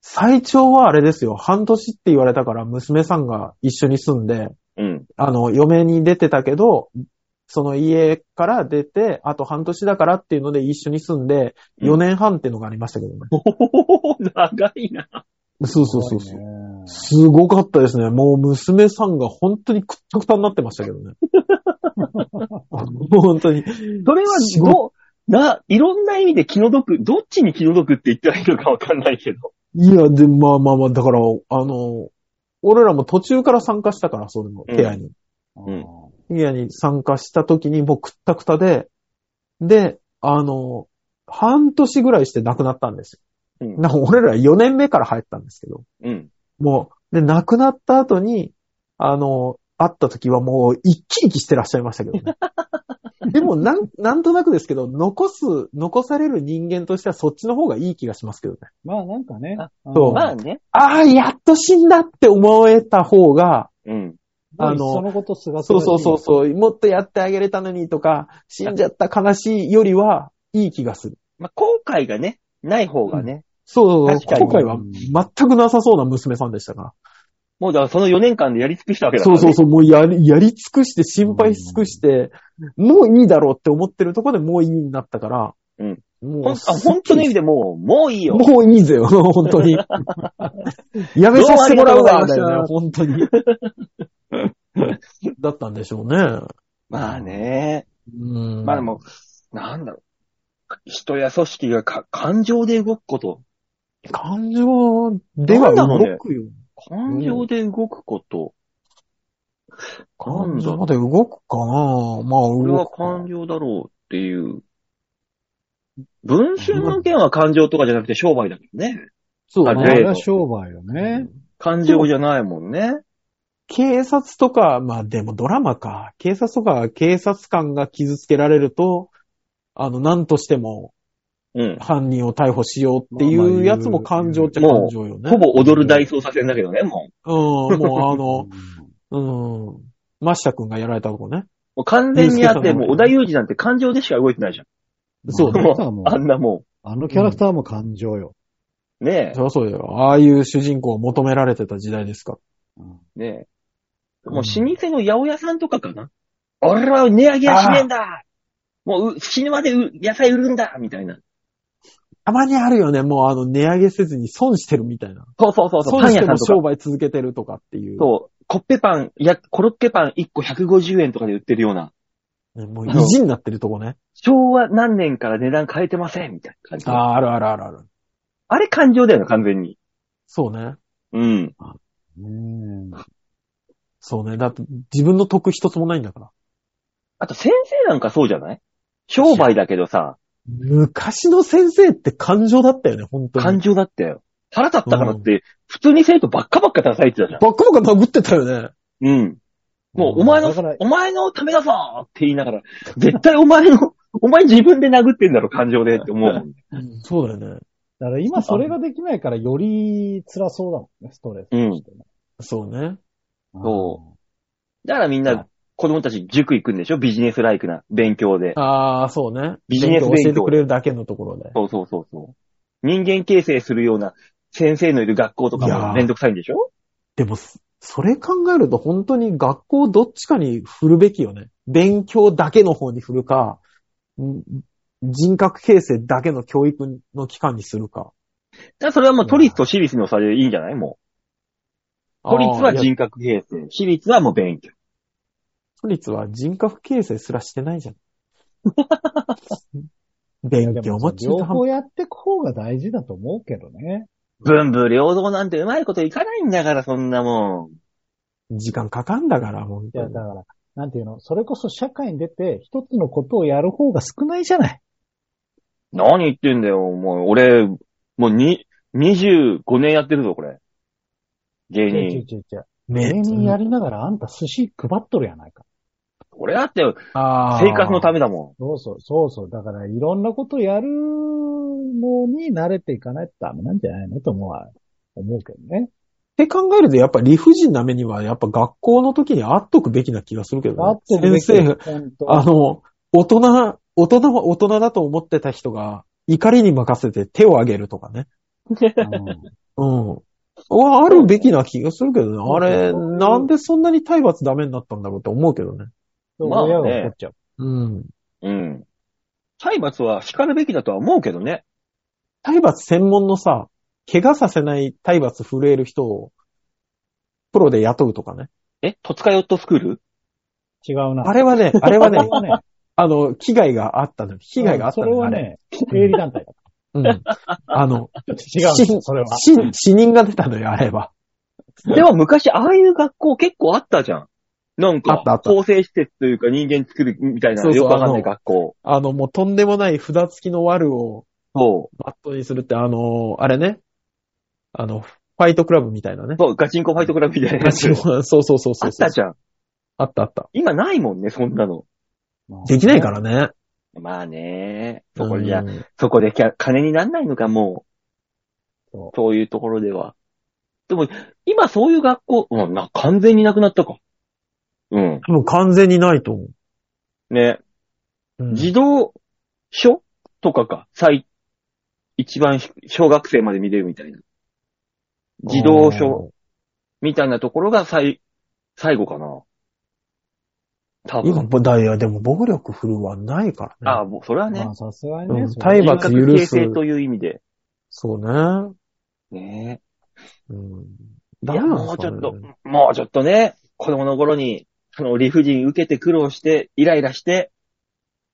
B: 最長はあれですよ。半年って言われたから、娘さんが一緒に住んで、
A: うん。
B: あの、嫁に出てたけど、その家から出て、あと半年だからっていうので一緒に住んで、
A: うん
B: 4年半っていうのがありましたけどね。
A: おー (laughs) 長いな。
B: (laughs) そうそうそうそう。
C: う
B: すごかったですね。もう娘さんが本当にくったくたになってましたけど
A: (laughs)
B: ね。あのもう本当に。
A: それは
B: すごい
A: どう、な、いろんな意味で気の毒、どっちに気の毒って言ったらいいのかわかんないけど。
B: いや、で、まあまあまあ、だから、あの、俺らも途中から参加したから、それも、
A: うん
B: ケアに。
A: うん
B: ケアに参加した時にもうくったくたで、で、あの、半年ぐらいして亡くなったんです
A: う
B: よ。
A: ん。
B: なんか俺ら4年目から入ったんですけど。
A: うん。
B: もう、で、亡くなった後に、あの、会った時はもう、生き生きしてらっしゃいましたけど (laughs) ね。でも、なん、なんとなくですけど、残す、残される人間としてはそっちの方がいい気がしますけどね。
C: まあ、なんかね。
A: あ
C: の
B: そう
A: まあね。
B: ああ、やっと死んだって思えた方が、
A: うん。
B: あの
C: そのことすがす
B: そ
C: が
B: う
C: しい
B: そうそうそう、もっとやってあげれたのにとか、死んじゃった悲しいよりは、いい気がする。
A: まあ、後悔がね、ない方がね。
B: そうそう
A: 確か
B: そう、
A: に
B: 後悔は全くなさそうな娘さんでしたか
A: もうだからその4年間でやり尽くしたわけ
B: ら。
A: だか
B: そ
A: ら、
B: う
A: ね。
B: そうそう、もうやり、やり尽くして、心配し尽くして、もういいだろうって思ってるところでもういいになったから、
A: うん
B: も
A: ほ
B: うん
A: あ本当の意味でもう、もういいよ。
B: もういいぜよ、本
A: (laughs)
B: 当に。やめさせてもらう
A: どう
B: わ、だ
A: もあり
B: よ
A: が
B: ね、本当に。だったんでしょうね。
A: まあね。
B: うん。
A: まあでも、なんだろう。人や組織がか感情で動くこと。
B: 感情では動くよ。
A: 感情で動くこと。
B: 感情まで動くかなまあ、
A: これ
B: 動
A: は
B: くか
A: 感。情だろうっていう。文春の件は感情とかじゃなくて商売だけどね。
B: そう
A: あ
C: まあ、
A: 例の
B: ね。
C: あれは商売よね。
A: 感情じゃないもんね。
B: 警察とか、まあでもドラマか。警察とか、警察官が傷つけられると、あの、何としても
A: うん。
B: 犯人を逮捕しようってい
C: まあまあ
B: う
C: 言う
B: やつも感情っちゃ感情よね。
A: ほぼ踊る大捜査線だけどね、もう。
B: うん、もうあの
C: う、ん
B: (laughs) うん。マッシャ君がやられたとこね。
A: もう完全にあって、もう小田裕二なんて感情でしか動いてないじゃん。
B: そうね
A: も
C: あの人は
A: う、
C: も
A: あん
C: う
A: なも
C: あのキャラクターも感情よ。
A: う、ね
B: そりゃそうだよ。ああいう主人公を求められてた時代ですか。
A: え、ねえ。もう老舗の八百屋さんとかかな。俺は値上げはしねえんだもうう死ぬまでう野菜売るんだみたいな。
B: たまにあるよね。もうあの、値上げせずに損してるみたいな。
A: そうそうそうそう、
B: 損
A: パン
B: し
A: 屋
B: て
A: さん
B: も
A: とか
B: 商。売続けてるとかっていう。
A: そう、コッペパン、や、コロッケパン1個150円とかで売ってるような。
B: ねもう意地になってるとこね。
A: 昭和何年から値段変えてませんみたいな感じ。
B: あ
A: あ
B: あ、あるあるあるある。
A: れ感情だよな、完全に。
B: そうね。
A: うん。
C: うん。
B: そうね。だって自分の得一つもないんだから。
A: あと先生なんかそうじゃない商売だけどさ、
B: 昔の先生って感情だったよね、本当に。
A: 感情だったよ。腹立ったからって、普通に生徒ばっかばっか叩いてたじゃん。
B: バッカバカ殴ってたよね。
A: うん。もう、お前の
C: だから、、
A: お前のためだぞって言いながら、絶対お前の、 (laughs) お前自分で殴ってんだろ、感情でって思うもん。
B: そうだよね。
C: だから今それができないからより辛そうだもんね、ストレスとしてね。
B: そうね。
A: そだからみんな、子供たち塾行くんでしょビジネスライクな勉強で。
B: ああ、そうね。
A: ビジネス勉強
B: 教えてくれるだけのところで。
A: そうそうそうそう。人間形成するような先生のいる学校とか
B: いや
A: も
B: ー
A: めんどくさいんでしょ
B: でも、そそれ考えると本当に学校どっちかに振るべきよね。勉強だけの方に振るか、ん人格形成だけの教育の機関にするか。
A: だからそれはもう都立と私立の差でいいんじゃないも都立は
B: あーいや
A: 人格形成、私立はもう勉強。
B: 都立は人格形成すらしてないじ (laughs) ゃん。勉
C: で
B: 強
C: も
B: も
C: さ
B: 中途
C: 両
B: 半端
C: 方やってく方が大事だと思うけどね。
A: 文武両道なんてうまいこといかないんだから、そんなもん。
B: 時間かかんだから、本
C: いや、
B: 当
C: だ
B: に
C: から、なんていうの、それこそ社会に出て一つのことをやる方が少ないじゃない。
A: 何言ってんだよ、もう。俺、もうに、25年やってるぞ、これ。芸
C: 違う
A: 人。
C: 違う違う。
B: ね
C: 芸人やりながらあんた寿司配っとるやないか。
A: 俺だって
B: あー
A: 生活のためだも
C: そうそう、そうそう。だからいろんなことやるのに慣れていかないとダメなんじゃないのと思うわ思うけどね。
B: って考えると、やっぱ理不尽な目には、やっぱ学校の時にあっとくべきな気がするけど、
C: あ
B: ね
C: っ、て
B: 先生、
C: 本当
B: あの、大人、大人は大人だと思ってた人が、怒りに任せて手を挙げるとかね。
C: うん
B: うん。はあるべきな気がするけどね。あれ、
C: うん
B: なんでそんなに体罰ダメになったんだろうと思うけどね。
A: まあね
C: 親が怒っちゃう。
B: うん。
A: ん。うん。体罰は叱るべきだとは思うけどね。
B: 体罰専門のさ、怪我させない体罰震える人を、プロで雇うとかね。
A: え、戸塚ヨットスクール
C: 違うな。
B: あれはね、あれはね
C: そ、れはね、
B: あの、危害があったの。被害があった
C: そ
B: の。
C: れは
B: あれ
C: ね、営利
B: (laughs)
C: 団体だか
B: うん。あ (laughs) の、
C: ら。ちょっと違うんだよそれは。
B: 死、死人が出たのよ、あれは。
A: でも昔、ああいう学校結構あったじゃん。なん
B: あったあ
A: か
B: っ、た
A: 構成施設というか人間作るみたいな
B: そうそう
A: よくわかんな
B: あ
A: い
B: の
A: 学校。
B: あの、もうとんでもない札付きの悪を
A: そう。
B: バットにするって、あの、あれね。あの、ファイトクラブみたい (laughs) なね。
A: そう、ガチンコファイトクラブみたいなやつ。
B: そうそうそうそう
A: あ
B: そう。
A: ったじゃん。
B: あったあった。
A: 今ないもんね、そんなの。
B: できないからね。
A: まあね。そこじ
B: う
A: ゃ、
B: ん
A: そこできゃ金になんないのか、もう
C: そ。
A: そういうところでは。でも、今そういう学校、うん、な、完全になくなったか。うん。
B: 多分完全にないと思う。
A: ね。
B: うん
A: 児童書とかか。最、一番ひ小学生まで見れるみたいな。児童書みたいなところが最、最後かな。多
B: 今、
A: 分。
B: だいや、でも暴力振るうはないからね。
A: ああ、もう、それはね
C: まあ、。さすがに
B: う
C: ね
B: ん、
C: それは
B: 体罰許
A: 形
B: す。
A: 成という意味で。
B: そうね。
A: ね
B: うん。
A: い
B: ダメ
A: や、
B: なん
A: も
B: で
A: う
B: す
A: ち
B: か
A: ょ
B: ね
A: っと、もうちょっとね、子供の頃に、あの、理不尽受けて苦労して、イライラして、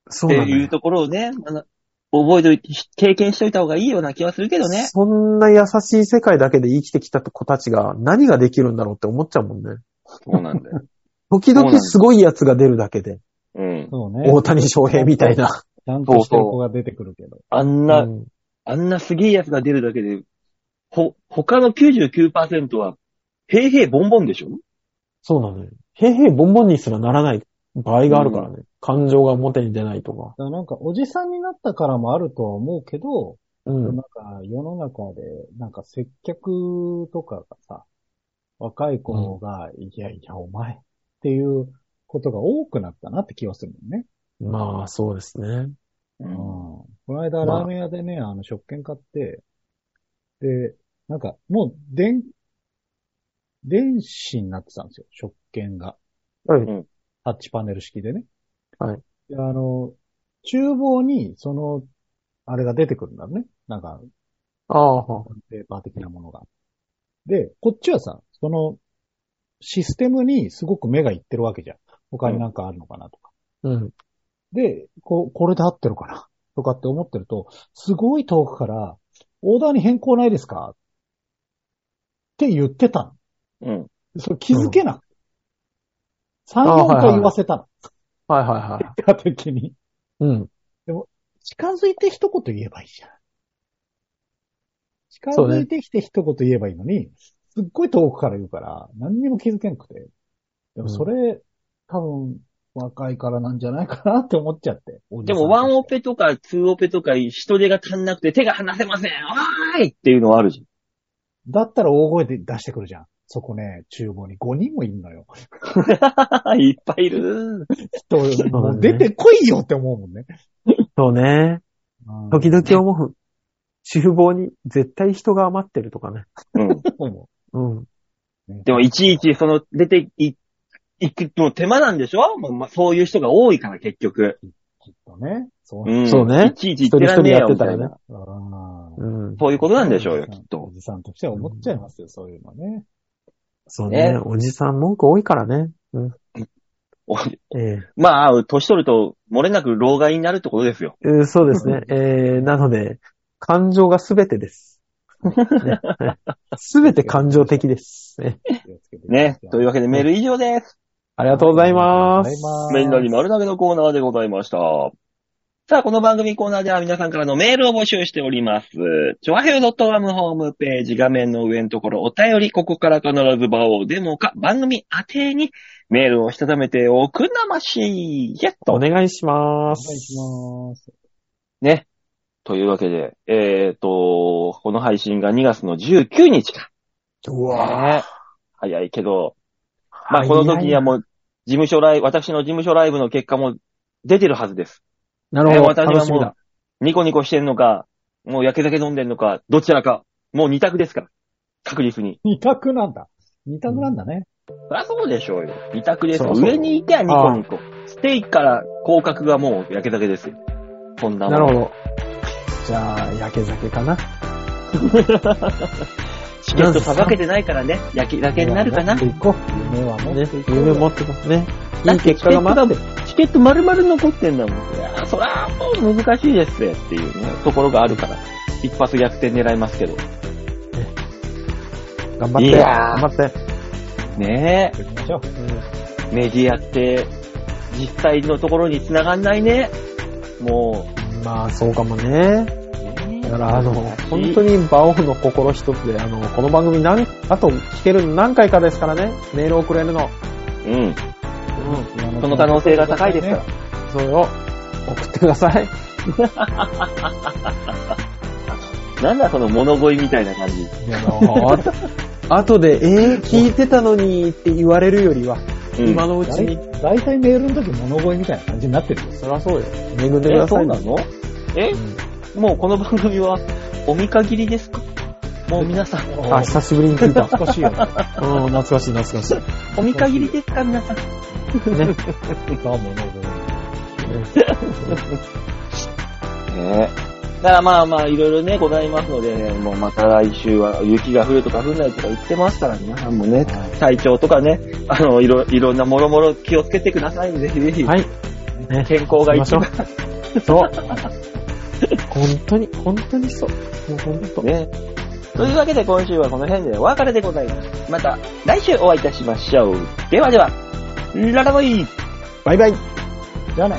B: そ
A: っ
B: う
A: て
B: なんだよ
A: いうところをね、あの、覚えておいて、経験しておいた方がいいような気はするけどね。
B: そんな優しい世界だけで生きてきた子たちが何ができるんだろうって思っちゃうもんね。
A: そうなんだよ。そ
B: 時
A: うなんで
B: 々
A: す
B: すごいやつが出るだけで、
A: うん。
C: そうね。
B: 大谷翔平みたいな。
C: ちゃんとしてる子が出てくるけど。
A: あん
B: う
A: な、
B: ん
A: あんなすげえやつが出るだけで、ほ、他の99%は、平々ボンボンでしょ
B: そうなのよ。へいへいボンボンにすらならない場合があるからね。感情が表に出ないとか。
C: だからなんか、おじさんになったからもあるとは思うけど、
B: うん。
C: なんか、世の中で、なんか、接客とかがさ、若い子が、いやいや、お前っていうことが多くなったなって気はするもんね。
B: まあ、そうですね。
A: う
C: うん
A: ん。
C: この間、
B: まあ
C: ラーメン屋でね、あの、食券買って、で、なんか、もう、電、電子になってたんですよ、食券が。
B: はい
A: うん
C: タッチパネル式でね。
B: はい
C: で。あの、厨房に、その、あれが出てくるんだね。なんか、
B: ああ、は
C: ペーパー的なものが。で、こっちはさ、その、システムにすごく目がいってるわけじゃん。他になんかあるのかなとか。
B: うん。
C: で、こ、これで合ってるかなとかって思ってると、すごい遠くから、オーダーに変更ないですかって言ってた
A: うん。
C: の。それ気づけなくて。3、
B: あはい
C: 4
B: はい
C: 回言わせたの。
B: はいはいは
C: 結果的に。
B: い。うん。
C: 近づいて一言言えばいいじゃん。近
B: そうね
C: づいてきて一言言えばいいのに、すっごい遠くから言うから、何にも気づけなくて。でもそれ、多分、若いからなんじゃないかなって思っちゃって。
A: でも、ワンオ
C: ペ
A: ペとか、ツーオペとか、人手が足んなくて手が離せませんおーいっていうのはあるじ
C: だったら大声で出してくるじゃん。そこね、厨房に5人もいる
A: (laughs)
C: のよ。
A: ゃ (laughs) ん。いっぱいいる。
C: 人、もう出てこいよって思うもんね。
B: そうね。時々思う。厨房に絶対人が余ってるとかね。
A: うん。
C: 思
B: うん。
C: うね
A: でも、いちいち、その、出てい、いくの手間なんでしょもうまあ、そういう人が多いから、結局。
C: きっとね。そう
A: う。ん。
B: そうね
A: いちいち言ってらんねえよ、
B: 一人一人やって
A: み
B: た
A: た
B: らね
A: いな。
C: あー
B: うん。
A: そういうことなんでしょうよ、
C: おじ
A: き
C: さ
A: っと
C: お。じさんとしては思っちゃいますよ、そういうのね。
B: そうね
A: ね
B: おじさん文句多いからね。うん。
A: お
B: ええ
A: まあ、年取ると、漏れなく老害になるってことですよ。
B: えーそうですね。えーなので、感情がすべてです。すべて感情的です。ね
A: ね。というわけでメール以上です。
B: ありがとうございます。
A: メールのり丸投げのコーナーでございました。さあ、この番組コーナーでは皆さんからのメールを募集しております。ちょわへよ .com ホームページ画面の上のところお便り、ここから必ず場をデモか番組宛てにメールをしたためておくなましい。やっと。
B: お願いします。
C: お願いします。
A: ね。というわけで、えっ、と、この配信が2月の19日か。
B: うわ
A: ね早いけど、まあ、この時には
B: う。
A: もう、事務所ライブ、私の事務所ライブの結果も出てるはずです。
B: なるほど。
A: ね私はもう
B: 楽しみだ。
A: ニコニコしてんのか、もう焼け酒飲んでんのか、どちらか、もう二択ですから。確実に。
C: 二択なんだ。二択なんだね。
A: そりゃそうでしょうよ。二択ですよ。
B: そうそう
A: 上に行けばニコニコ。ステーキから広角がもう焼け酒ですよ。こんなもん
B: なるほど。じゃあ、焼け酒かな。
A: (laughs) チケットさばけてないからね、焼け酒になるかな。
C: 夢は持っていこう夢は持
B: ね
C: ってい、こう
B: 夢持ってますね。いい結果が待ってる。
A: チケット丸々残ってんだもん。いやーそらもう難しいですよっていうね、ところがあるから。一発逆転狙いますけど。
B: 頑張っ
A: い
B: て。
A: や
B: 頑張って。
A: ね
C: やっていきましょう。
A: え、メディアって、実際のところに繋がんないね。もう、
B: うんまあ、そうかもね。だから、あの、本当
A: に。
B: にバオの心一つで、あの、この番組何、あと聞けるの何回かですからね、メールをくれるの。
A: うん。
B: う
A: その可能性が高いですから。
B: ん。それを送ってください。
A: なんだその物乞いみたいな感じ。
B: いや (laughs) もうあとで、えー、聞いてたのにって言われるよりは、
A: うん
B: 今のうち
C: 大
B: に。
C: 大体メールの時物乞いみたいな感じになってるよ。
B: そりゃそうよ。恵んでく
A: え、
B: だ
A: そ
B: さ
A: う
B: いね
A: なのえ、もうこの番組は、お見限りですかもう皆さん、
B: あ、久しぶりに聞いた。うん、
C: 懐かしいよね。
B: 懐かしい懐かしい。
A: お見限りですか皆さん。
B: ね。
C: (laughs) そう、物乞
A: ねだからまあまあ、いろいろね、ございますのでね、もうまた来週は雪が降るとか降らないとか言ってますから、皆さんもね、体調とかね、あの、いろ、いろんなもろもろ気をつけてくださいね、ぜひぜひ。
B: (laughs) はい。ね
A: 健康が
B: 行きま
A: 一
B: しょ
A: 番
B: (laughs) う。そう。本当に、本当にそう。もう本当。
A: ね。 (laughs) というわけで今週はこの辺でお別れでございます。また来週お会いいたしましょう。ではでは、ララバイ
B: バイバイ。
C: い。じゃあね。